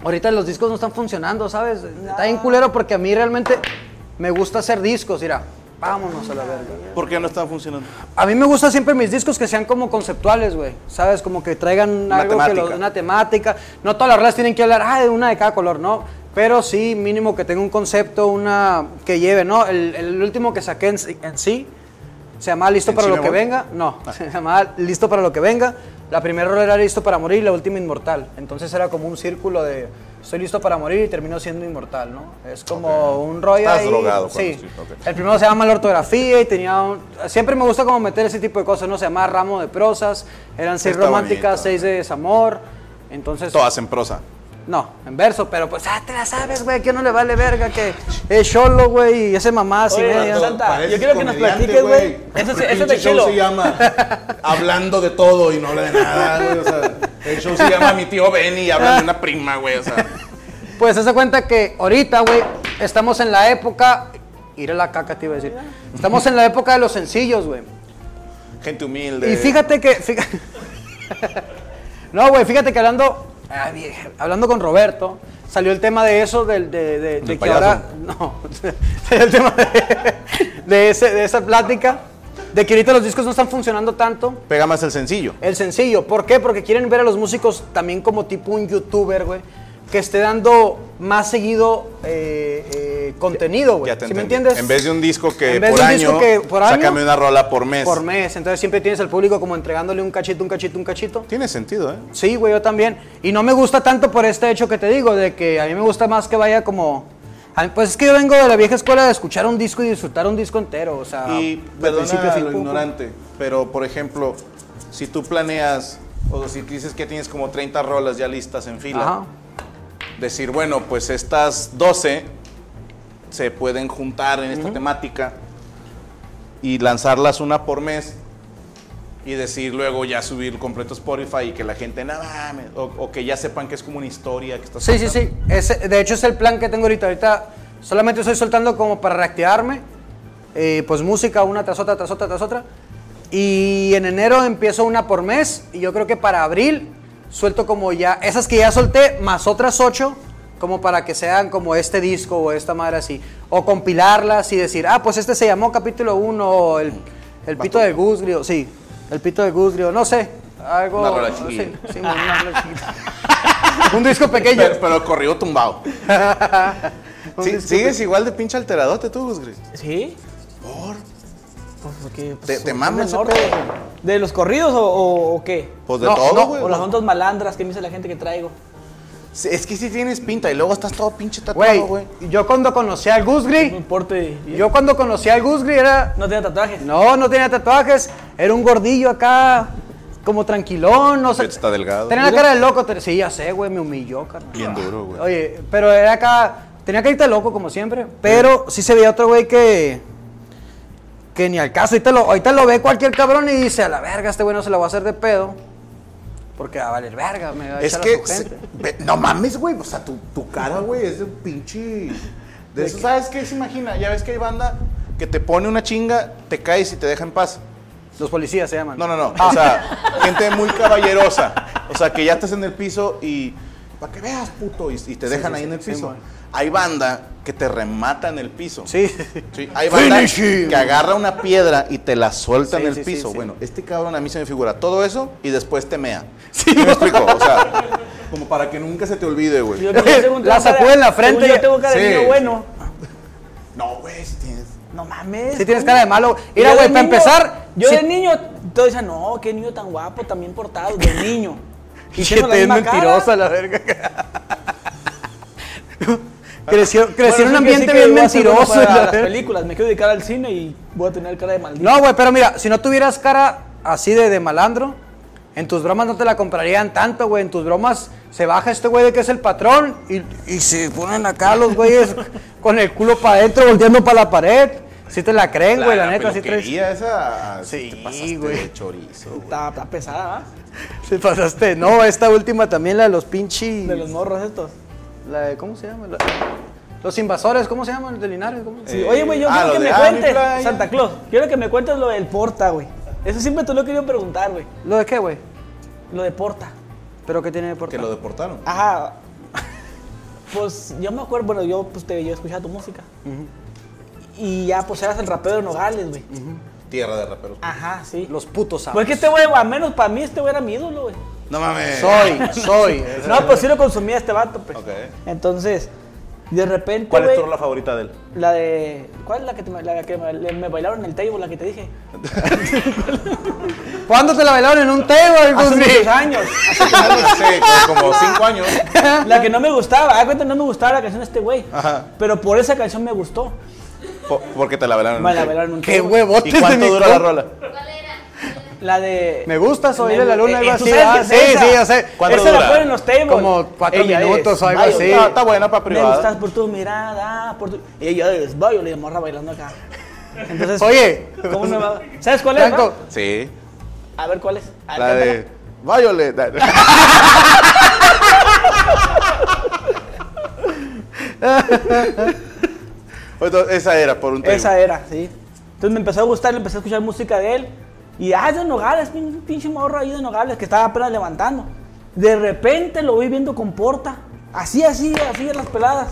C: Ahorita los discos no están funcionando, ¿sabes? Está bien culero porque a mí realmente me gusta hacer discos, mira. Vámonos a la verga.
F: ¿Por qué no está funcionando?
C: A mí me gusta siempre mis discos que sean como conceptuales, güey. ¿Sabes? Como que traigan algo que
F: temática.
C: lo- una temática. No todas las rolas tienen que hablar, ah, de una de cada color, no. Pero sí, mínimo que tenga un concepto, una que lleve, ¿no? El, el último que saqué en, sí- en sí se llamaba Listo
F: ¿En Ah.
C: para lo
F: sí me
C: que
F: voy?
C: venga. No, se llamaba Listo para lo que venga. La primera rola era Listo para morir y la última Inmortal. Entonces era como un círculo de estoy listo para morir y termino siendo inmortal, ¿no? Es como un rollo
F: Estás
C: ahí-
F: drogado cuando
C: Sí.
F: sí, ok.
C: El primero se llama la ortografía y tenía un- Siempre me gusta como meter ese tipo de cosas, ¿no? Se llama Ramo de Prosas, eran seis
F: Está
C: románticas,
F: bonito.
C: seis de desamor, entonces...
F: Todas en prosa.
C: No, en verso, pero pues, ah, te la sabes, güey, que no le vale verga, que es cholo, güey, y ese mamá así
B: Oye,
C: media.
B: Santa,
F: Pareces
B: yo quiero que nos
F: comediante,
B: platiques, güey. Eso sí-
F: El
B: eso es de
F: pinche show
B: chilo.
F: se llama Hablando de todo y no habla de nada, güey. O sea, el show se llama Mi tío Benny y habla de una prima, güey. O sea,
C: Pues se cuenta que ahorita, güey, estamos en la época... Ir a la caca, te iba a decir. Estamos en la época de los sencillos, güey.
F: gente humilde.
C: Y fíjate que. fija- no, güey, fíjate que hablando. ay, vieja, hablando con Roberto, salió el tema de eso, del, de, de- de
F: Del
C: que ahora.
F: payaso.
C: No, salió el tema de, de ese- de esa plática, de que ahorita los discos no están funcionando tanto.
F: Pega más el sencillo.
C: El sencillo, ¿por qué? Porque quieren ver a los músicos también como tipo un youtuber, güey, que esté dando más seguido eh, eh, contenido, güey.
F: Ya te
C: ¿Sí me
F: entendí.
C: entiendes?
F: En vez de un disco que,
C: En vez
F: por,
C: de un
F: año,
C: disco que por año,
F: sácame una rola por mes.
C: por mes. Entonces siempre tienes al público como entregándole un cachito, un cachito, un cachito.
F: Tiene sentido, ¿eh?
C: Sí, güey, yo también. Y no me gusta tanto por este hecho que te digo, de que a mí me gusta más que vaya como... a mí- Pues es que yo vengo de la vieja escuela de escuchar un disco y disfrutar un disco entero, o sea...
F: y
C: Ah, de principio a
F: perdona
C: fin,
F: lo
C: pum, pum.
F: ignorante, pero por ejemplo, si tú planeas o si dices que tienes como 30 rolas ya listas en fila,
C: Ajá.
F: decir, bueno, pues estas 12 se pueden juntar en esta temática y lanzarlas una por mes y decir luego ya subir completo Spotify y que la gente nada mames", o, o que ya sepan que es como una historia que estás
C: Sí, sí,
F: contando.
C: sí. Ese- de hecho es el plan que tengo ahorita. Ahorita solamente estoy soltando como para reactivarme. eh, pues música una tras otra, tras otra, tras otra. Y en enero empiezo una por mes. Y yo creo que para abril suelto como ya esas que ya solté, más otras ocho, como para que sean como este disco o esta madre así. O compilarlas y decir, ah, pues este se llamó capítulo 1 o el, el pito de Gusgrio. Sí, el pito de Gusgrio. No sé. Algo.
F: Una rola
C: sí,
F: chiquilla.
C: sí, una rola chiquita. Un disco pequeño.
F: Pero, pero corrido tumbado. Sí,
C: disculpe.
F: sigues igual de pinche alteradote tú, Gus Gris.
B: ¿Sí? ¿Por? Pues porque. pues,
F: Te- te
B: son
F: mama
B: del
F: ese
B: norte.
F: pedo.
B: ¿De los corridos o, o- o qué?
F: Pues de
C: No,
F: todo,
C: no,
F: güey.
B: O las ondas malandras que me dice la gente que traigo.
F: Sí, Es que sí tienes pinta y luego estás todo pinche tatuado, güey.
C: Güey, yo cuando conocí al
B: No
C: Gusgri,
B: importa. y- y-
C: yo cuando conocí al Gusgri era.
B: No tiene tatuajes.
C: No, no tenía tatuajes, era un gordillo acá, como tranquilón, no sé.
F: Ahorita Este está delgado.
C: Tenía la cara de loco, te- sí, ya sé, güey, me humilló, carnal.
F: Bien duro, güey.
C: Oye, pero era acá, tenía carita de loco como siempre, pero sí se veía otro güey que que ni al caso. Ahorita lo, ahorita lo ve cualquier cabrón y dice, a la verga, este güey no se la va a hacer de pedo. Porque va a valer verga, me va a
A: Es
C: echar a
A: que,
C: su gente.
A: se- ve- no mames, güey, o sea, tu, tu cara, güey, es de un pinche...
F: De eso, ¿Sabes qué se imagina? Ya ves que hay banda que te pone una chinga, te caes y te deja en paz.
C: Los policías se llaman.
F: No, no, no.
C: Ah.
F: O sea, gente muy caballerosa. O sea, que ya estás en el piso y. Para que veas, puto. Y, y te dejan
C: sí,
F: ahí en
C: sí,
F: el
C: sí,
F: piso.
C: man.
F: hay banda que te remata en el piso.
C: Sí.
F: Sí, hay banda
A: Finish him.
F: que agarra una piedra y te la suelta
C: Sí,
F: en el
C: sí, sí,
F: piso.
C: sí.
F: Bueno, este cabrón a mí se me figura todo eso y después te mea. Sí, me explico. O sea, como para que nunca se te olvide, güey.
B: Yo- yo según
C: La
B: tengo
C: sacó
B: cara-
C: en la frente
B: según
C: y-
B: Yo tengo cara de
F: Sí.
B: niño bueno.
F: No, güey, si tienes.
B: No mames.
C: Sí tienes cara de malo.
B: Yo
C: Mira,
B: de
C: güey, para
B: niño-
C: empezar...
B: Yo
C: sí-
B: de niño, todos dicen, no, qué niño tan guapo, tan bien portado, de niño.
C: Y
B: tengo la
C: te es
B: misma cara.
C: mentirosa la verga. creció creció en un
B: Bueno, sí que- sí
C: ambiente
B: que
C: bien
B: voy a ser bueno
C: mentiroso. y la
B: para las
C: verga.
B: películas, me quiero dedicar al cine y voy a tener cara de maldito.
C: No, güey, pero mira, si no tuvieras cara así de, de malandro, en tus bromas no te la comprarían tanto, güey. En tus bromas se baja este güey de que es el patrón y, y se ponen acá los güeyes con el culo para adentro, volteando para la pared. Si te la creen, güey, la,
B: pues,
C: neta, sí traes.
F: peluquería esa.
C: Sí,
F: te pasaste
C: güey.
F: de chorizo, güey.
B: Está, está pesada, ¿ah? ¿va?
C: Se pasaste. No, esta última también, la de los pinches.
B: De los morros estos.
C: La de, ¿cómo se llama? La- los invasores, ¿cómo se llama? El de Linares, ¿cómo?
B: Sí,
F: Eh,
B: oye, güey, yo
F: ah,
B: quiero
F: lo
B: que
F: de
B: me
F: Ami
B: cuentes,
F: Playa.
B: Santa Claus, quiero que me cuentes lo del porta, güey. Eso siempre te lo he querido preguntar, güey.
C: ¿Lo de qué, güey?
B: Lo de porta.
C: ¿Pero qué tiene de portal?
F: Que lo deportaron.
B: Ajá. Pues yo me acuerdo, bueno, yo, pues, te, yo escuchaba tu música. Y ya, pues eras el rapero de Nogales, güey.
F: Tierra de raperos.
B: Ajá, sí.
C: Los putos amos.
B: Porque este güey, al menos para mí, este güey era mi ídolo, güey.
F: No mames.
C: Soy, soy.
B: No, pues sí lo consumía este vato, pues.
F: Ok.
B: Entonces, de repente,
F: ¿Cuál es
B: güey,
F: tu rola favorita de él?
B: La de... ¿Cuál es la que, te- la que me, le- me bailaron en el table, la que te dije?
C: ¿Cuándo te la bailaron en un pues, table,
B: Hace
C: Guzmán?
B: muchos años.
F: No sé, pues, como cinco años.
B: La que no me gustaba, ah, cuenta, no me gustaba la canción de este güey.
F: Ajá.
B: Pero por esa canción me gustó.
F: Po- porque te la velaron.
B: Me la bailaron en un
C: Qué
B: table.
C: huevotes
F: ¿Y cuánto
C: de mi
F: dura
C: compa.
F: la rola?
G: ¿Cuál era?
B: La de. eh,
C: Me gusta soy de la luna, algo
B: iba
C: así. Ah, sí, sí, yo sé.
F: ¿Cuánto
B: Esa la
F: dura?
B: ponen en los tables.
C: Como cuatro
B: Ella
C: minutos
B: es
C: o algo
B: Violet.
C: así.
F: Ah, está buena para
B: Me gustas
F: privada.
B: por tu mirada, por tu. Ella es Violet, la morra bailando acá. Entonces.
C: Oye.
B: ¿Cómo no va? ¿Sabes cuál es?
C: Franco,
B: no?
F: Sí.
B: A ver cuál es. A ver,
F: La de.
B: cántala.
F: Violet. Entonces, esa era por un tiempo.
B: Esa era, sí. Entonces me empezó a gustar, empecé a escuchar música de él. Y ah, es de Nogales, pin- pinche morro ahí de Nogales que estaba apenas levantando. De repente lo vi viendo con porta. Así, así, así en las peladas.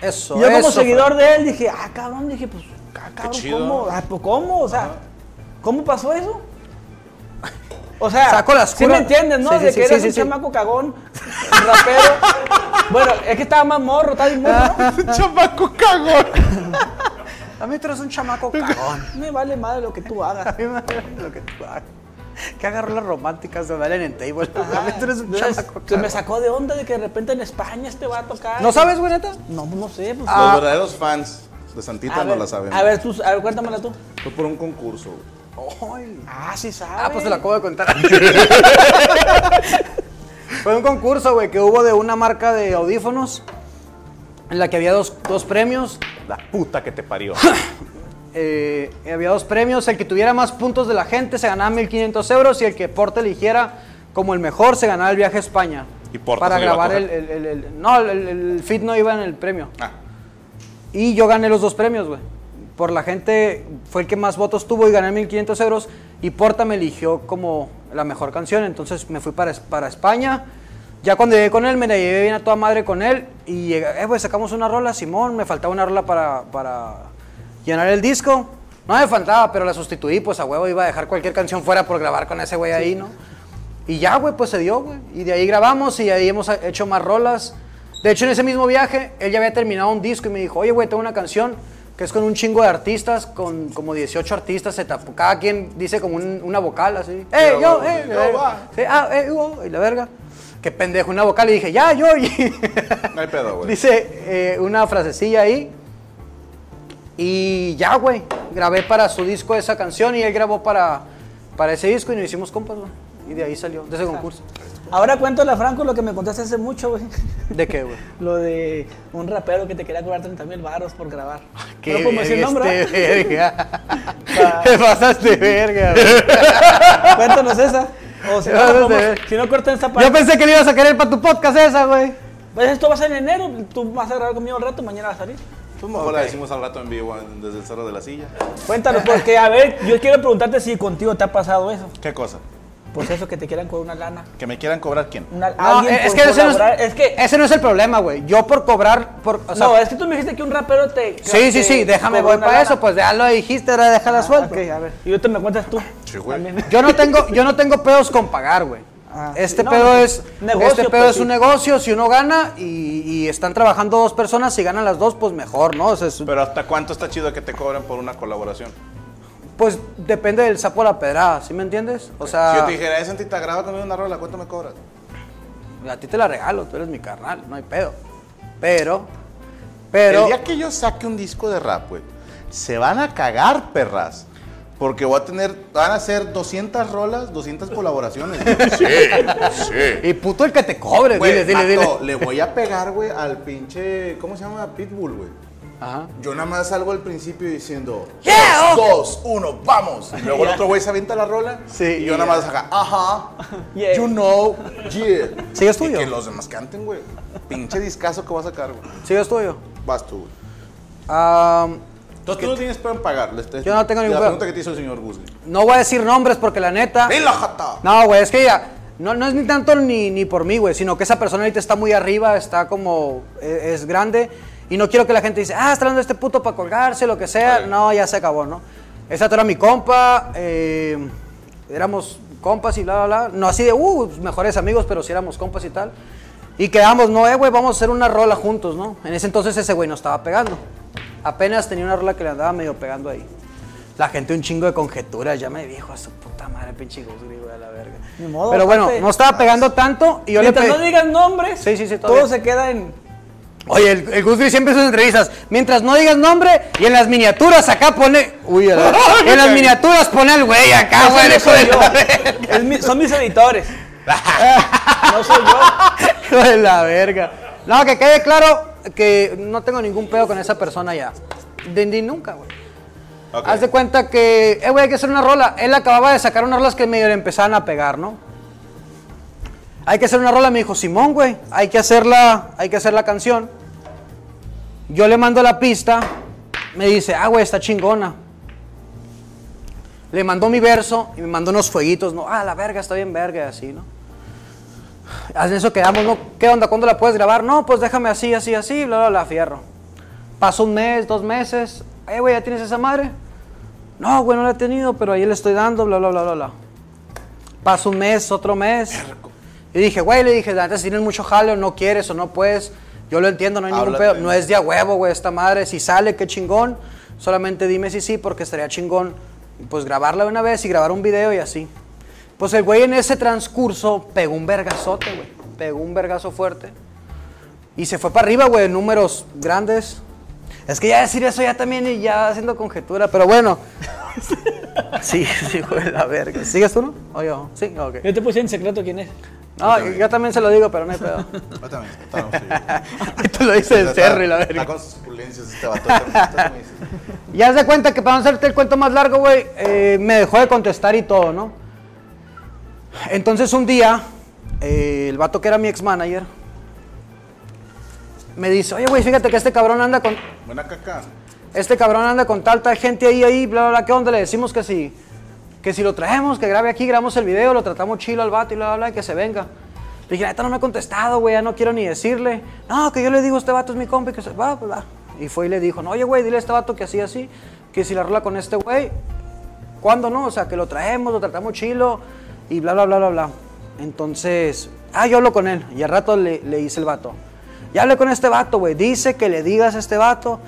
C: Eso,
B: Y yo como
C: eso,
B: seguidor de él dije, ah, cabrón, dije, pues, ah, cabrón,
F: chido.
B: ¿cómo? Ah, pues, ¿Cómo? O sea, ¿cómo pasó eso? O sea,
C: Sacó las
B: ¿sí me
C: curas.
B: entiendes, no?
C: Sí, sí,
B: de
C: sí,
B: que eres
C: sí, sí,
B: un
C: sí.
B: chamaco cagón, rapero. bueno, es que estaba más morro, estaba bien morro, ¿no?
F: Chamaco cagón.
C: Franco. A mí tú eres un chamaco cagón.
B: Me vale madre lo que tú hagas.
C: A mí me vale lo que tú hagas. Que agarró las románticas de Valen en table. A mí tú eres un
B: Entonces,
C: chamaco
B: se pues, me
C: cagón.
B: sacó de onda de que de repente en España este vato acá.
C: ¿No sabes, güey, neta?
B: No, no sé. Pues,
C: Ah.
F: Los verdaderos fans de Santita no
B: ver,
F: la saben.
B: A ver, tú, a ver, cuéntamela tú.
F: Fue por un concurso. güey.
C: Ay.
B: Ah, sí sabe.
C: Ah, pues te la acabo de contar. Fue un concurso, güey, que hubo de una marca de audífonos en la que había dos, dos premios.
F: La puta que te parió.
C: Eh, había dos premios. El que tuviera más puntos de la gente se ganaba 1.500 euros y el que Porta eligiera como el mejor se ganaba el viaje a España.
F: Y Porta
C: Para
F: se lo iba a
C: grabar el, el-
F: coger.
C: el- el- No, el, el- el fit no iba en el premio.
F: Ah.
C: Y yo gané los dos premios, güey. Por la gente fue el que más votos tuvo y gané 1500 euros. Y Porta me eligió como la mejor canción. Entonces me fui para, Es- para España. Ya cuando llegué con él, me la llevé bien a toda madre con él. Y llegué, eh, güey, sacamos una rola, Simón. Me faltaba una rola para, para llenar el disco. No me faltaba, pero la sustituí, pues a huevo iba a dejar cualquier canción fuera por grabar con ese güey ahí, ¿no? Y ya, güey, pues se dio, güey. Y de ahí grabamos y de ahí hemos hecho más rolas. De hecho, en ese mismo viaje, él ya había terminado un disco y me dijo, oye, güey, tengo una canción que es con un chingo de artistas, con como 18 artistas, se tapó. Cada quien dice como un- una vocal así. ¡Eh,
F: Ya,
C: yo,
F: güey,
C: eh!
F: yo,
C: la verga".
F: va.
C: Sí, ah, eh, yo, y la verga. Qué pendejo, una vocal. Y dije, ya, yo. y-
F: No hay pedo, güey.
C: Dice eh, una frasecilla ahí. Y ya, güey. Grabé para su disco esa canción y él grabó para, para ese disco y nos hicimos compas, güey. Y de ahí salió, de ese concurso.
B: Ahora cuéntale a Franco lo que me contaste hace mucho, güey.
C: ¿De qué, güey?
B: Lo de un rapero que te quería cobrar 30 mil baros por grabar.
C: Ah, Qué
B: podemos decir
C: verga
B: nombre, ¿eh?
C: este verga. Te pasaste verga, güey.
B: Cuéntanos esa. O si no,
C: Vamos a
B: vamos-
C: ver.
B: si no cortan esta parte.
C: Yo pensé que le ibas a querer para tu podcast esa, güey.
B: Pues esto va a ser en enero. Tú vas a grabar conmigo al rato, mañana va a salir.
F: Pues mejor la decimos al rato en vivo en- desde el Cerro de la Silla.
B: Cuéntanos, porque a ver, yo quiero preguntarte si contigo te ha pasado eso.
F: ¿Qué cosa?
B: Pues eso, que te quieran con una lana.
F: ¿Que me quieran cobrar quién?
B: Una,
C: No,
B: alguien
C: es
B: por
C: que, ese no
B: colaborar.
C: es,
B: es que
C: ese no es el problema, güey. Yo por cobrar, por, o sea,
B: no, es que tú me dijiste que un rapero te.
C: sí, sí, sí, déjame, voy para eso, pues ya lo dijiste, ahora déjala suelta.
B: Ah, Ok, a ver. Y yo te me cuentas tú.
F: Sí, güey.
B: También.
C: Yo no tengo, yo no tengo pedos con pagar, güey.
B: Ah,
C: este
B: sí, no,
C: pedo
B: no.
C: es,
B: Negocio,
C: este pedo
B: pues,
C: es
B: sí.
C: un negocio, si uno gana y, y están trabajando dos personas, si ganan las dos, pues mejor, ¿no? O sea, es-
F: Pero ¿hasta cuánto está chido que te cobren por una colaboración?
C: pues depende del sapo a la pedrada, ¿sí me entiendes? O
F: si yo
C: sea,
F: te dijera, es Santita, graba conmigo una rola, ¿cuánto me cobras?
C: a ti te la regalo, tú eres mi carnal, no hay pedo. Pero, pero...
F: El día que yo saque un disco de rap, güey, se van a cagar, perras. Porque voy a tener, van a ser 200 rolas, 200 colaboraciones. güey.
C: Y puto el que te cobre,
F: Güey,
C: dile, dile, dile.
F: vato, Le voy a pegar, güey, al pinche, ¿cómo se llama? Pitbull, güey.
C: Ajá.
F: Yo nada más salgo al principio diciendo,
C: Yeah,
F: "Tres, dos, uno, vamos. Y luego el otro güey se avienta la rola
C: Sí,
F: y yo
C: y
F: nada más acá, ajá,
B: Yeah.
F: you know, yeah.
C: Sí, es
F: Y
C: tuyo.
F: que los demás canten, güey. Pinche discazo que vas a sacar, güey.
C: Sí, es tuyo.
F: Vas tú, güey.
C: Am,
F: Entonces tú no tienes pedo en pagar. les-
C: Yo no tengo ningún Ah.
F: La
C: pedo.
F: pregunta que te hizo el señor Guzli.
C: no voy a decir nombres porque la neta.
F: ¡Ven la jata!
C: No, güey, es que ya. No, no es ni tanto ni, ni por mí, güey, sino que esa persona ahorita está muy arriba, está como. e- Es, grande. Y no quiero que la gente dice, ah, está hablando de este puto para colgarse, lo que sea. No, ya se acabó, ¿no? Esa era mi compa. eh, éramos compas y bla, bla, bla. No así de, uh, mejores amigos, pero sí éramos compas y tal. Y quedamos, no, eh, güey, vamos a hacer una rola juntos, ¿no? En ese entonces ese güey no estaba pegando. Apenas tenía una rola que le andaba medio pegando ahí. La gente un chingo de conjeturas, ya me dijo a su puta madre, pinche Guzgri, güey, a la verga.
B: Ni modo,
C: Pero bueno,
B: aparte- Ah,
C: no estaba pegando tanto y yo le
B: Mientras
C: pedí...
B: no digas nombres,
C: Sí, sí, sí, todo
B: todo
C: bien.
B: se queda en.
C: Oye, el, el Guzgri siempre en sus entrevistas, mientras no digas nombre y en las miniaturas acá pone... Uy, a la En las miniaturas pone al güey acá,
B: Ese
C: güey,
B: no
C: hijo
B: soy
C: de
B: yo.
C: la verga.
B: Es mi- son mis editores. no soy yo.
C: Hijo de la verga. No, que quede claro que no tengo ningún pedo con esa persona ya. De, de nunca, güey.
F: Ok.
C: Haz de cuenta que, eh, güey, hay que hacer una rola. Él acababa de sacar unas rolas que medio le empezaban a pegar, ¿no? Hay que hacer una rola, me dijo, Simón, güey, hay que hacerla, hay que hacer la canción. Yo le mando la pista, me dice, ah, güey, está chingona. Le mandó mi verso y me mandó unos fueguitos, ¿no? Ah, la verga, está bien verga, y así, ¿no? Haz eso quedamos, ¿no? ¿Qué onda? ¿Cuándo la puedes grabar? No, pues déjame así, así, así, bla, bla, bla, fierro. Pasó un mes, dos meses. Eh, güey, ¿ya tienes esa madre? No, güey, no la he tenido, pero ahí le estoy dando, bla, bla, bla, bla, bla. Pasó un mes, otro mes. Y dije, güey, le dije, antes tienes mucho jale, o no quieres o no puedes. Yo lo entiendo, no hay ningún
F: Háblate.
C: pedo. No es de a huevo, güey, esta madre. Si sale, qué chingón. Solamente dime si sí, porque estaría chingón, pues, grabarla de una vez y grabar un video y así. Pues el güey en ese transcurso pegó un vergazote, güey. Pegó un vergazo fuerte. Y se fue para arriba, güey, en números grandes. Es que ya decir eso ya también y ya haciendo conjetura, pero bueno. sí, sí, güey, la verga. ¿Sigues tú, no? O yo. Sí, ok.
B: Yo te puse en secreto quién es.
C: No, yo también se lo digo, pero no hay pedo.
F: Yo también. estaba- sí.
C: Esto lo dice el
F: Está-
C: cerro y la
F: Está
C: verga.
F: con sus suculencias este vato. Entonces me dices,
C: Ya se cuenta que para no hacerte el cuento más largo, güey, eh, me dejó de contestar y todo, ¿no? Entonces un día, eh, el vato que era mi ex manager, me dice, oye, güey, fíjate que este cabrón anda con,
F: Buena caca.
C: este cabrón anda con tal, tal gente ahí, ahí, bla, bla, bla, ¿qué onda? Le decimos que si, que si lo traemos, que grabe aquí, grabamos el video, lo tratamos chilo al vato y bla, bla, bla, y que se venga. Le dije, neta, no me ha contestado, güey, ya no quiero ni decirle. No, que yo le digo, este vato es mi compa, y que se va, bla, bla. Y fue y le dijo, no, oye, güey, dile a este vato que así, así, que si la rola con este güey, ¿cuándo no? O sea, que lo traemos, lo tratamos chilo y bla, bla, bla, bla, bla. Entonces, ah, yo hablo con él y al rato le, le hice el vato. Ya hablé con este vato, güey. Dice que le digas a este vato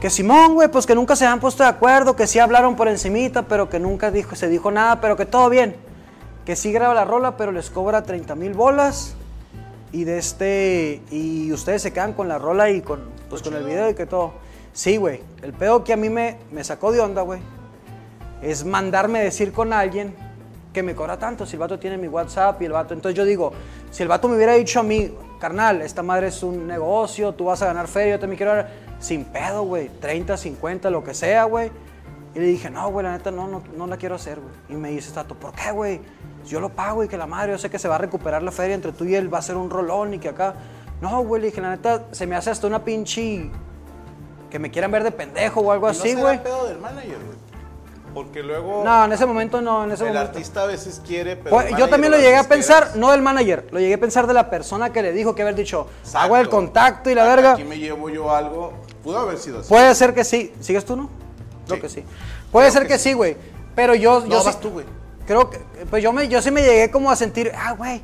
C: que Simón, güey, pues que nunca se han puesto de acuerdo, que sí hablaron por encimita, pero que nunca dijo, se dijo nada, pero que todo bien. Que sí graba la rola, pero les cobra 30 mil bolas y de este y ustedes se quedan con la rola y con pues con el video y que todo. Sí, güey. El pedo que a mí me, me sacó de onda, güey, es mandarme decir con alguien que me cobra tanto. Si el vato tiene mi WhatsApp y el vato, entonces yo digo, si el vato me hubiera dicho a mí, carnal, esta madre es un negocio, tú vas a ganar feria, yo también quiero ganar. Sin pedo, güey, 30, 50, lo que sea, güey. Y le dije, no, güey, la neta no, no, no la quiero hacer, güey. Y me dice Tato, ¿por qué, güey? Yo lo pago y que la madre, yo sé que se va a recuperar la feria entre tú y él, va a ser un rolón y que acá. No, güey, le dije, la neta, se me hace hasta una pinche. que me quieran ver de pendejo o algo
F: ¿Y no
C: así,
F: será
C: güey.
F: pedo del manager, güey? Porque luego
C: No, en ese momento no, en ese
F: el
C: momento.
F: artista a veces quiere, pero.
C: Pues,
F: el
C: yo
F: manager
C: también lo
F: o las
C: llegué a
F: disqueras-
C: pensar, no del manager, lo llegué a pensar de la persona que le dijo que haber dicho,
F: Exacto.
C: hago el contacto y la
F: Hasta
C: verga.
F: Aquí me llevo yo algo. Pudo haber sido así.
C: Puede ser que sí. ¿Sigues tú, no? Creo
F: Sí.
C: que sí. Puede
F: Creo
C: ser
F: que
C: que
F: sí.
C: sí, güey. Pero yo.
F: No,
C: yo sí-
F: vas tú, güey.
C: Creo que. Pues yo, me, yo sí me llegué como a sentir, ah, güey,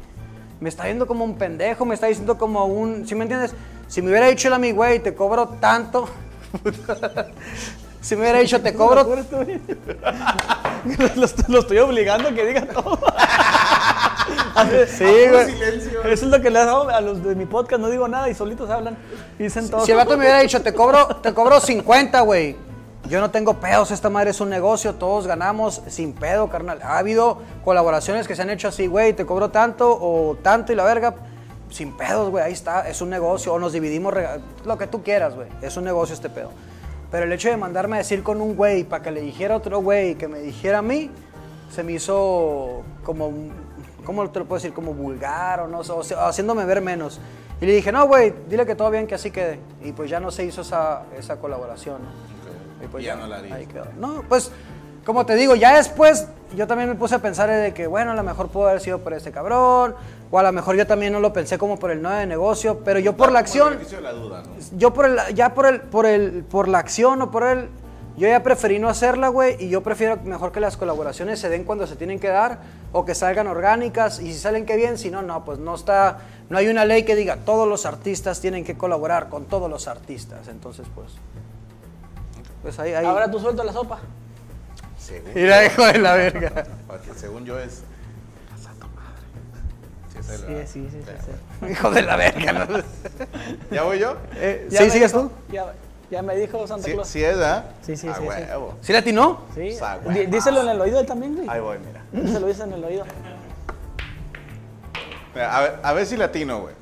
C: me está viendo como un pendejo, me está diciendo como un. ¿Sí me entiendes? Si me hubiera dicho él a mi güey, te cobro tanto. si me hubiera dicho, te cobro.
B: lo, est- lo estoy obligando a que diga todo.
F: Ah,
C: Sí, güey.
F: silencio.
B: Eso es lo que le hago a los de mi podcast, no digo nada y solitos hablan. Y dicen todo.
C: Si el vato me hubiera dicho, te cobro, te cobro 50, güey. Yo no tengo pedos, esta madre es un negocio, todos ganamos sin pedo, carnal. Ha habido colaboraciones que se han hecho así, güey, te cobro tanto o tanto y la verga, sin pedos, güey, ahí está, es un negocio, o nos dividimos, rega- lo que tú quieras, güey, es un negocio este pedo. Pero el hecho de mandarme a decir con un güey para que le dijera a otro güey que me dijera a mí, se me hizo como, ¿cómo te lo puedo decir? Como vulgar o no, sé, o sea, haciéndome ver menos. Y le dije, no, güey, dile que todo bien, que así quede. Y pues ya no se hizo esa, esa colaboración. ¿no? Y pues
F: Ya no la harías.
C: ahí quedó. No, pues, como te digo, ya después yo también me puse a pensar de que, bueno, a lo mejor pudo haber sido por este cabrón, o a lo mejor yo también no lo pensé como por el 9 de negocio, pero yo por la acción
F: Beneficio de la duda, ¿no?
C: yo por el, ya por el, por el, por la acción o por el, yo ya preferí no hacerla, güey, y yo prefiero mejor que las colaboraciones se den cuando se tienen que dar o que salgan orgánicas y si salen que bien, si no, no, pues no está, no hay una ley que diga todos los artistas tienen que colaborar con todos los artistas, entonces pues, pues ahí, ahí.
B: Ahora tú suelto la sopa.
F: Según,
C: Mira, hijo de la verga.
F: porque según yo es. Pasa tu madre. Sí, es él, ¿verdad?
C: Hijo de la verga, ¿no?
F: ¿Ya voy yo?
C: Eh,
B: Ya
C: ¿Sí
B: me
C: sigues
B: dijo-
C: tú?
B: Ya, ya me dijo Santa
F: Sí,
B: Claus. Ah,
F: sí es, ¿verdad?
B: Sí, sí,
F: A
B: sí, sí.
F: huevo.
C: ¿Sí le atinó?
B: Sí.
F: Sa-
B: Di-
F: güey.
B: Díselo en el oído él también, güey.
F: Ahí voy, mira.
B: Díselo dice en el oído.
F: Mira, a, ver, a ver si latino, güey.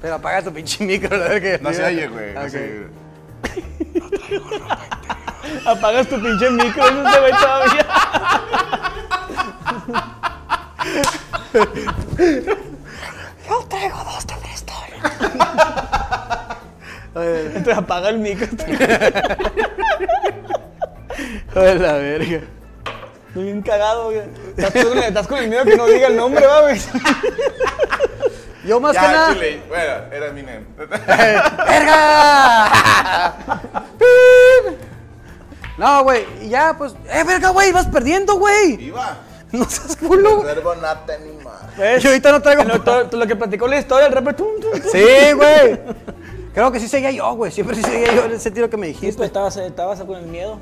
C: Pero apaga tu pinche micro, la verga. Ah,
F: No se oye, güey. no
C: Ok.
F: se oye.
B: Apagas tu pinche micro, eso te ve todavía. Yo traigo dos, te tres Te apaga el micro. Estoy
C: Hijo de la verga.
B: bien cagado, güey. Estás con, estás con el miedo que no diga el nombre, va, güey.
C: Yo más que
F: Ya,
C: nada...
F: chile. Bueno, era mi name.
C: ¡Verga! Pip. no, güey, y ya, pues. ¡Eh, verga, güey! ¡Vas perdiendo, güey!
F: ¡Viva!
C: No seas culo, güey.
F: Verbo nata animar.
C: Yo ahorita no traigo.
B: Lo, todo- todo lo que platicó la historia, el rapper. tum, tum, tum.
C: Sí, güey. Creo que sí seguía yo, güey. Siempre sí seguía yo en ese tiro que me
B: Sí,
C: dijiste.
B: pues estabas, estabas con el miedo.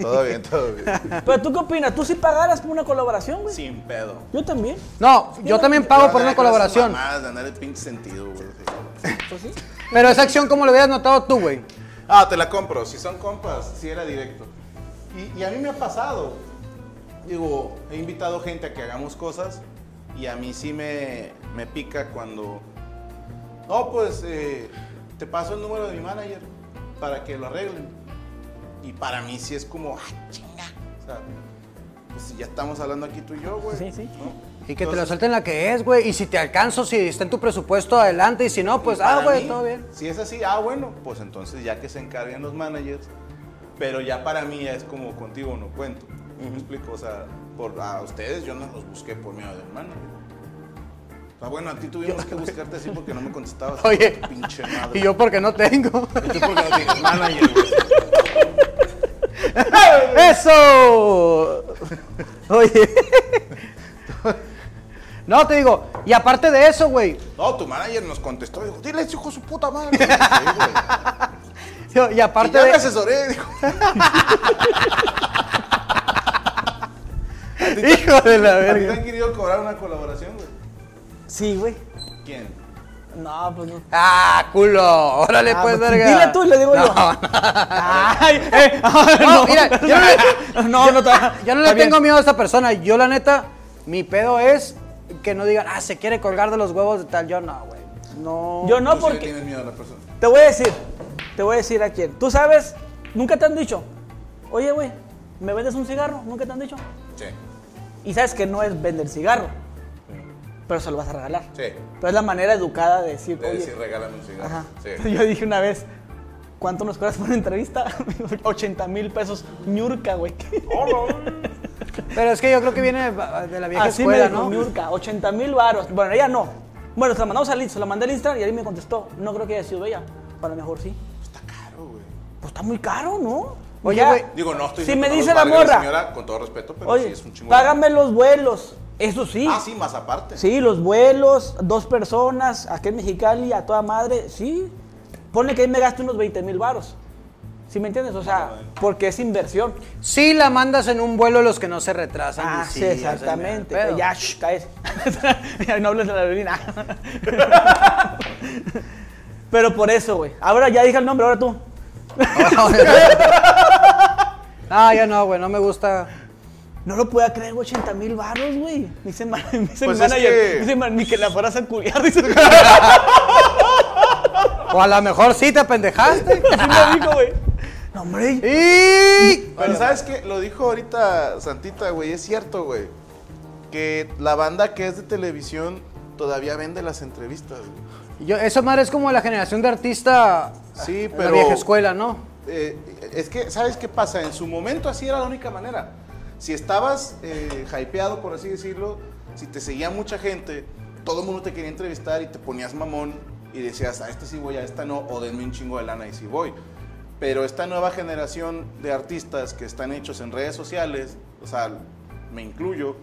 F: Todo bien, todo bien.
B: Pero tú qué opinas? ¿Tú sí pagaras por una colaboración, güey?
F: Sin pedo.
B: Yo también.
C: No, yo también pago por
F: Andar
C: una
F: con esas
C: colaboración.
F: mamadas de andar el pinche sentido, güey.
B: Pues sí.
C: Pero esa acción, como lo hubieras notado tú, güey?
F: Ah, te la compro. Si son compas, si era directo. Y, y a mí me ha pasado. Digo, he invitado gente a que hagamos cosas y a mí sí me, me pica cuando... No, pues eh, te paso el número de mi manager para que lo arreglen. Y para mí sí es como... ¡Ah, chinga! O sea, pues ya estamos hablando aquí tú y yo, güey.
B: Sí, sí.
F: ¿no?
C: Y que te la
F: Entonces,
C: suelten la que es, güey. Y si te alcanzo, si está en tu presupuesto, adelante. Y si no, pues, ah,
F: Para
C: güey,
F: mí,
C: todo bien.
F: Si es así, ah, bueno, pues entonces ya que se encarguen los managers, pero ya para mí es como contigo no cuento. ¿Me explico? O sea, por, a ustedes yo no los busqué por miedo del manager. O sea, bueno, a ti tuvimos que buscarte así porque no me contestabas.
C: Oye,
F: tu pinche madre.
C: Y yo, porque no tengo.
F: ¿Y tú por qué no tienes manager, güey?
C: ¡Eso! Oye. No, te digo, y aparte de eso, güey,
F: No, tu manager nos contestó. Dijo, dile, hijo de su puta madre. Sí, güey.
C: yo- y
F: Y
C: aparte
F: ya me
C: de...
F: asesoré. Dijo,
C: Hijo de la
F: ¿a ti te
C: verga.
F: han querido cobrar una colaboración, güey?
B: Sí, güey.
F: ¿Quién?
B: No, pues no.
C: Ah, culo, órale
B: Ah,
C: pues,
B: pues,
C: verga.
B: Dile tú y le digo yo. Ay, eh, ah,
C: No, mira, yo no le-
B: no, no, está-
C: Yo no
B: está
C: le
B: bien.
C: tengo miedo a esta persona, yo la neta, mi pedo es que no digan, ah, se quiere colgar de los huevos de tal. Yo no, güey. No.
B: Yo no
A: Tú sí le
B: porque...
A: tienes miedo a la persona.
B: Te voy a decir, te voy a decir a quién. Tú sabes, nunca te han dicho, oye, güey, ¿me vendes un cigarro? Nunca te han dicho.
A: Sí,
B: Y sabes que no es vender cigarro, pero se lo vas a regalar.
A: sí.
B: Pero es la manera educada de decir,
A: De
B: oye,
A: decir, regálame un cigarro.
B: Ajá.
A: Sí.
B: Yo dije una vez, ¿cuánto nos cobras por una entrevista? 80 mil pesos, ñurca, güey.
C: Pero es que yo creo que viene de la vieja
B: Así
C: escuela,
B: me dijo
C: ¿no?
B: ñurca, 80 mil varos. Bueno, ella no. Bueno, se la mandamos al Insta, se la mandé al Instagram y ahí me contestó, no creo que haya sido ella, para mejor sí.
A: Está caro, güey.
B: Pues está muy caro, ¿no?
C: Oye,
B: Ya.
C: güey.
A: Digo, no estoy
B: Si
A: diciendo
B: me
A: que no
B: dice
A: los
B: la
A: valga
B: morra,
A: señora, con todo respeto, pero sí
B: Oye,
A: es un chingo. de-
B: págame los vuelos. Eso sí.
A: Ah, sí, más aparte.
B: Sí, los vuelos, dos personas, aquí en Mexicali, a toda madre, sí. Pone que ahí me gasto unos 20 mil varos. ¿Sí me entiendes? O
C: Ah,
B: sea, porque es inversión.
C: Sí la mandas en un vuelo los que no se retrasan.
B: Ah,
C: y
B: sí,
C: hacen el
B: exactamente. pues
C: pedo.
B: Ya, shh, caes. Ya no hables de la aerolínea. Pero por eso, güey. Ahora ya dije el nombre, ahora tú.
C: Ah, yo no, güey, no me gusta.
B: No lo puedo creer, güey, 80 mil baros, güey. Dice, man, dice
F: Pues
B: mi
F: es
B: manager,
F: que-
B: dice, man, ni que la fueras a culiar, dice.
C: O a lo mejor sí te pendejaste.
B: Así me dijo, güey. No, hombre.
C: Y.
F: Pero sabes que lo dijo ahorita Santita, güey, es cierto, güey. Que la banda que es de televisión todavía vende las entrevistas. güey.
C: Yo, eso, madre, es como la generación de artista. de
F: Sí,
C: La
F: pero-
C: vieja escuela, ¿no?
F: Eh, es que, ¿sabes qué pasa? En su momento así era la única manera. Si estabas eh, hypeado, por así decirlo, si te seguía mucha gente, todo el mundo te quería entrevistar y te ponías mamón y decías, a esta sí voy, a esta no, o denme un chingo de lana y sí voy. Pero esta nueva generación de artistas que están hechos en redes sociales, o sea, me incluyo,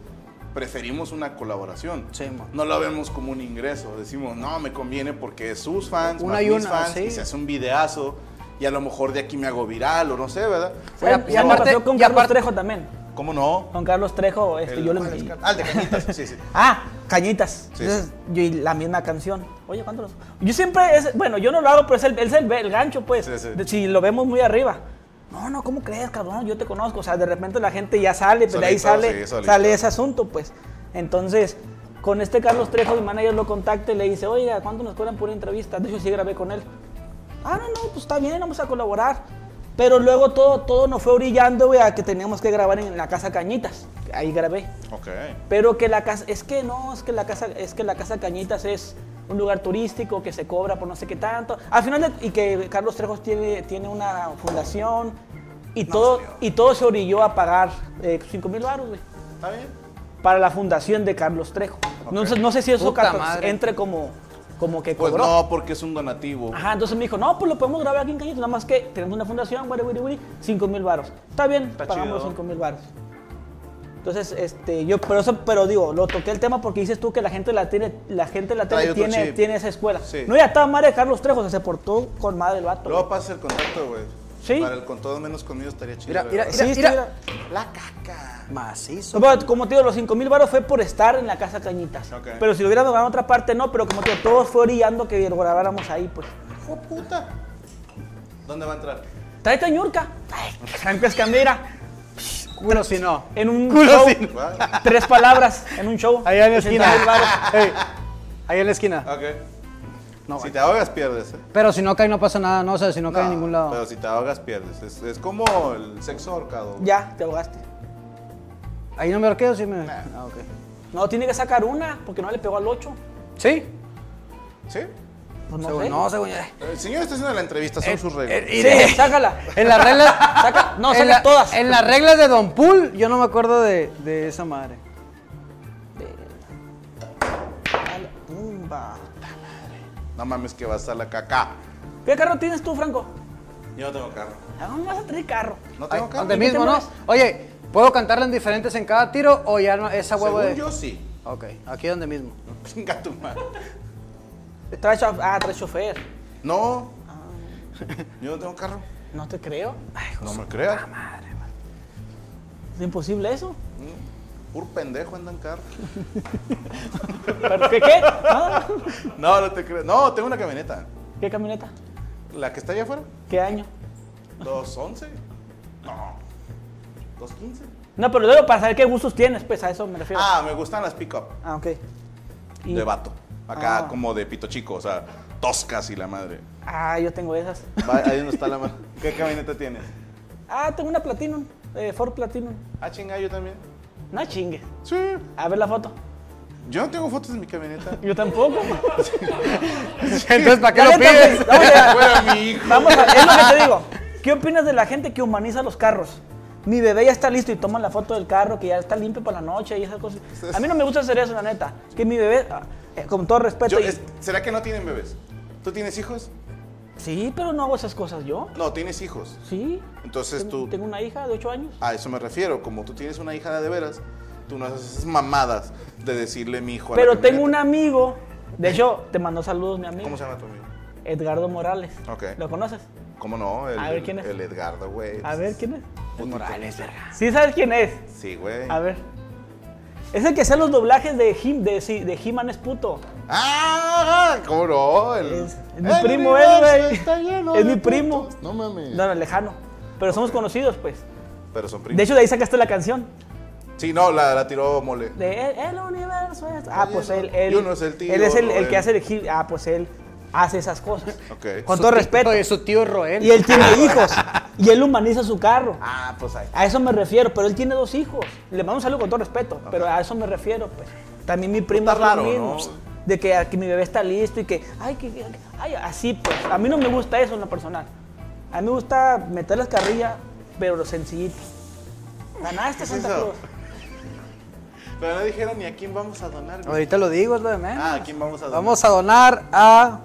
F: preferimos una colaboración.
C: Sí, mo.
F: no lo vemos como un ingreso. Decimos, no, me conviene porque sus fans,
C: Una
F: más
C: y
F: mis
C: una,
F: fans, y
C: sí.
F: se hace un videazo y a lo mejor de aquí me hago viral o no sé, ¿verdad?
C: Bueno,
B: Bueno,
C: y
B: ya me
C: aparte-
B: pasó con
C: y
B: Carlos
C: aparte-
B: Trejo también.
F: ¿Cómo no?
B: Con Carlos Trejo, este,
F: El-
B: yo le
F: ¿cuál es
B: metí.
F: Car- Ah, el de cañitas, sí, sí.
B: Ah, Cañitas.
F: Sí,
B: Entonces, yo- y la misma canción. Oye, ¿cuánto los- Yo siempre, es, bueno, yo no lo hago, pero es el, es el, el gancho, pues.
F: Sí, sí.
B: De- Si lo vemos muy arriba. No, no, ¿cómo crees, cabrón? Yo te conozco. O sea, de repente la gente ya sale, pero de ahí
F: Solito,
B: sale,
F: sí, solito.
B: sale ese asunto, pues. Entonces, con este Carlos Trejo, mi manager lo contacta y le dice, oiga, ¿cuánto nos cobran por una entrevista? De hecho, sí grabé con él. Ah, no, no, pues está bien, vamos a colaborar. Pero luego todo, todo nos fue orillando, güey, a que teníamos que grabar en la casa Cañitas. Ahí grabé.
F: Ok.
B: Pero que la casa, es que no, es que la casa, es que la casa Cañitas es un lugar turístico que se cobra por no sé qué tanto. Al final, de- y que Carlos Trejos tiene, tiene una fundación y, todo, y todo se orilló a pagar 5 mil baros, güey,
F: ¿Está bien?
B: para la fundación de Carlos Trejo. No, sé- no sé si eso
C: Puta
B: Carlos
C: madre.
B: entre como, como que
F: Pues
B: cobró.
F: no, porque es un donativo.
C: Ah.
B: Ajá, entonces me dijo, no, pues lo podemos grabar aquí en Cañitas, nada más que tenemos una fundación, guari, guari, guari, 5 mil baros. Está bien,
F: Está
B: pagamos los
F: chido.
B: 5 mil baros. Entonces, este, yo, pero eso, pero digo, lo toqué el tema porque dices tú que la gente la tiene, la gente la
F: Trae
B: tele
F: otro
B: tiene,
F: chip.
B: tiene esa escuela.
F: Sí.
B: No, ya estaba madre de Carlos Trejo, o sea, se portó con madre el vato.
F: Luego
B: güey.
F: pasa el contacto, güey.
B: Sí.
F: Para el con todo menos conmigo estaría chido.
C: Mira, mira,
F: ¿verdad?
C: mira,
B: Sí,
C: mira.
B: estuviera-
F: La caca.
C: Macizo.
B: No, pero como te digo, los 5 mil baros fue por estar en la casa Cañitas.
F: Ok.
B: Pero si lo hubiéramos ganado en otra parte, no, pero como te digo, todos fue orillando que lo grabáramos ahí, pues.
F: Hijo de puta. ¿Dónde va a entrar?
B: Tráete a Ñurca. Ay, Franco Escamera.
C: Culo si no.
B: En un
C: Culo
B: show.
C: sin-
F: ¿Va?
B: Tres palabras en un show. Pues
C: Allá en la
B: 80
C: esquina.
B: mil varos.
C: Ey, ahí en la esquina.
F: Ok.
C: No,
F: si
C: güey.
F: Ah, te ahogas, pierdes. ¿eh?
C: Pero si no cae, no pasa nada, no o sea, si no, cae en
F: No,
C: ningún lado.
F: Pero si te ahogas, pierdes. Es, es como el sexo ahorcado. güey.
B: Ya, te ahogaste.
C: Ahí no me arqueo, sí me. Ah, ok.
B: No, tiene que sacar una porque no le pegó al 8.
C: ¿Sí?
F: ¿Sí?
B: Pues no
C: Según-
B: sé.
C: no, según. eh,
F: El señor está haciendo la entrevista, son sus reglas.
C: eh,
B: Sí, sácala.
C: En las reglas.
B: Saca- no,
C: en
B: saca
C: la-
B: todas.
C: En las reglas de Don Pool, yo no me acuerdo de, de esa madre.
B: Dale, tumba.
F: No mames que va a estar la caca.
B: ¿Qué carro tienes tú, Franco?
F: Yo no tengo carro.
B: Ah, no vas a tener carro.
F: No tengo
C: Ay,
F: carro.
C: Donde mismo, ¿no?
B: ¿Qué
C: Oye, ¿puedo cantarla en diferentes en cada tiro o ya no? Esa ah, huevo eh.
F: Según
C: de.
F: yo sí.
C: Ok, aquí donde mismo.
F: Venga tu madre.
B: Trae chof- ah, trae chofer.
F: No.
C: Ah.
F: Yo no tengo carro.
B: No te creo. Ay,
F: No me creas.
B: es imposible eso.
F: Pur pendejo anda en carro.
B: ¿Pero qué qué? Nada.
F: No, no te creo. No, tengo una camioneta.
B: ¿Qué camioneta?
F: La que está allá afuera.
B: ¿Qué año?
F: 211. No. 215.
B: No, pero luego para saber qué gustos tienes, pues a eso me refiero.
F: Ah, me Ah, gustan las pick-up.
B: Ah, ok. Y-
F: de vato. Acá
B: Ah.
F: como de pito chico, o sea, toscas y la madre.
B: Ah, yo tengo esas.
F: Va, ahí donde está la mano. ¿Qué camioneta tienes?
B: Ah, tengo una Platinum, eh, Ford Platinum.
F: Ah, chinga, yo también.
B: No chingue.
F: Sí.
B: A ver la foto.
F: Yo no tengo fotos de mi camioneta.
B: Yo tampoco.
C: Entonces, ¿para qué lo
B: La neta,
C: pides?
B: pues, vamos a-
F: Fuera mi hijo.
B: Vamos a es lo que te digo. ¿Qué opinas de la gente que humaniza los carros? Mi bebé ya está listo y toma la foto del carro que ya está limpio para la noche y esas cosas. A mí no me gusta hacer eso, la neta. Que mi bebé, ah, eh, con todo respeto.
F: Yo-
B: y-
F: es- ¿Será que no tienen bebés? ¿Tú tienes hijos?
B: Sí, pero no hago esas cosas yo.
F: No, tienes hijos.
B: Sí.
F: Entonces
B: Tengo-
F: tú- Ah,
B: Tengo una hija de 8 años.
F: A eso me refiero. Como tú tienes una hija de veras, tú no haces esas mamadas de decirle mi hijo a la
B: Pero tengo un
F: camioneta".
B: amigo. De hecho, te mandó saludos, mi amigo.
F: ¿Cómo se llama tu amigo?
B: Edgardo Morales.
F: Ok.
B: ¿Lo conoces?
F: ¿Cómo no? El,
B: A ver, ¿quién es?
F: El Edgardo, güey.
B: A ver, ¿quién es?
F: Putito.
B: Sí, sabes quién es.
F: Sí, güey.
B: A ver. Es el que hace los doblajes de Jim, de, sí, de He-Man es puto.
F: ¡Ah! ¿Cómo no? El,
B: Es, es mi
F: el
B: primo, él,
F: universo
B: güey.
F: está lleno
B: Es
F: de
B: mi primo.
F: putos. No mames.
B: No, no, lejano. Pero somos conocidos, pues.
F: Pero son primos.
B: De hecho, de ahí sacaste la canción.
F: sí, no, la, la tiró mole.
B: De el, el universo es. Ah,
F: Oye,
B: pues
F: no,
B: él. él
F: yo no soy el tío,
B: Él es el,
F: no,
B: el
F: él.
B: que hace el He- Ah, pues él hace esas cosas.
F: Ok.
B: Con
C: Su tío-
B: todo respeto.
C: Oye, su tío es Roel.
B: Y él tiene hijos. Y él humaniza su carro.
F: Ah, pues ahí.
B: A eso me refiero, pero él tiene dos hijos. Le mando un saludo con todo respeto, pero a eso me refiero, pues. También mi primo
F: Está
B: es lo
F: raro,
B: mismo, pues,
F: ¿no?
B: De que, ah, que mi bebé está listo y que, ay, que, que- ay, así, pues. A mí no me gusta eso en lo personal. A mí me gusta meter las carrillas, pero lo sencillito. Ganaste
F: es
B: Santa
F: eso?
B: Cruz.
F: Pero no dijeron ni a quién vamos a donar. güey.
C: Ahorita lo digo, es lo de menos.
F: Ah, ¿a quién vamos a donar?
C: Vamos a donar a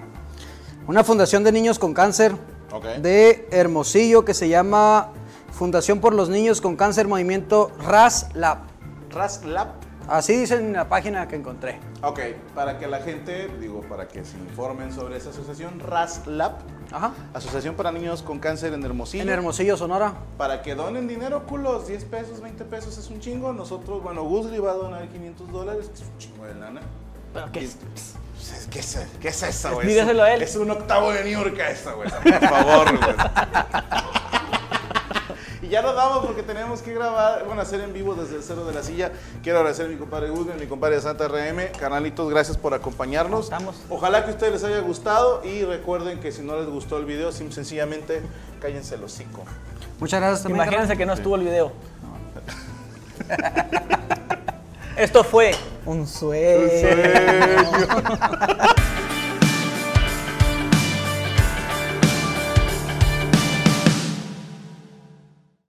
C: una fundación de niños con cáncer
F: Ok.
C: de Hermosillo que se llama Fundación por los Niños con Cáncer Movimiento RASLAB.
F: Raslap.
C: Así dicen en la página que encontré.
F: Ok, para que la gente, digo, para que se informen sobre esa asociación, Raslap,
C: Ajá.
F: Asociación para Niños con Cáncer en Hermosillo.
C: En Hermosillo, Sonora.
F: para que donen dinero, culos, 10 pesos, 20 pesos es un chingo. Nosotros, bueno, Guzli va a donar 500 dólares, que es un chingo de lana.
B: Pero qué
F: Y-
B: es-
F: Pues es- ¿Qué es, qué es eso, güey?
B: Dígaselo a él.
F: Es un octavo de New York esa, güey. Por favor, güey. Y ya nos vamos porque tenemos que grabar, bueno, hacer en vivo desde el Cero de la Silla. Quiero agradecer a mi compadre Guzmán, mi compadre Santa RM. Canalitos, gracias por acompañarnos.
B: Estamos.
F: Ojalá que a ustedes les haya gustado y recuerden que si no les gustó el video, sim- sencillamente cállense el hocico.
C: Muchas gracias también.
B: Imagínense que no estuvo el video. Esto fue un sueño.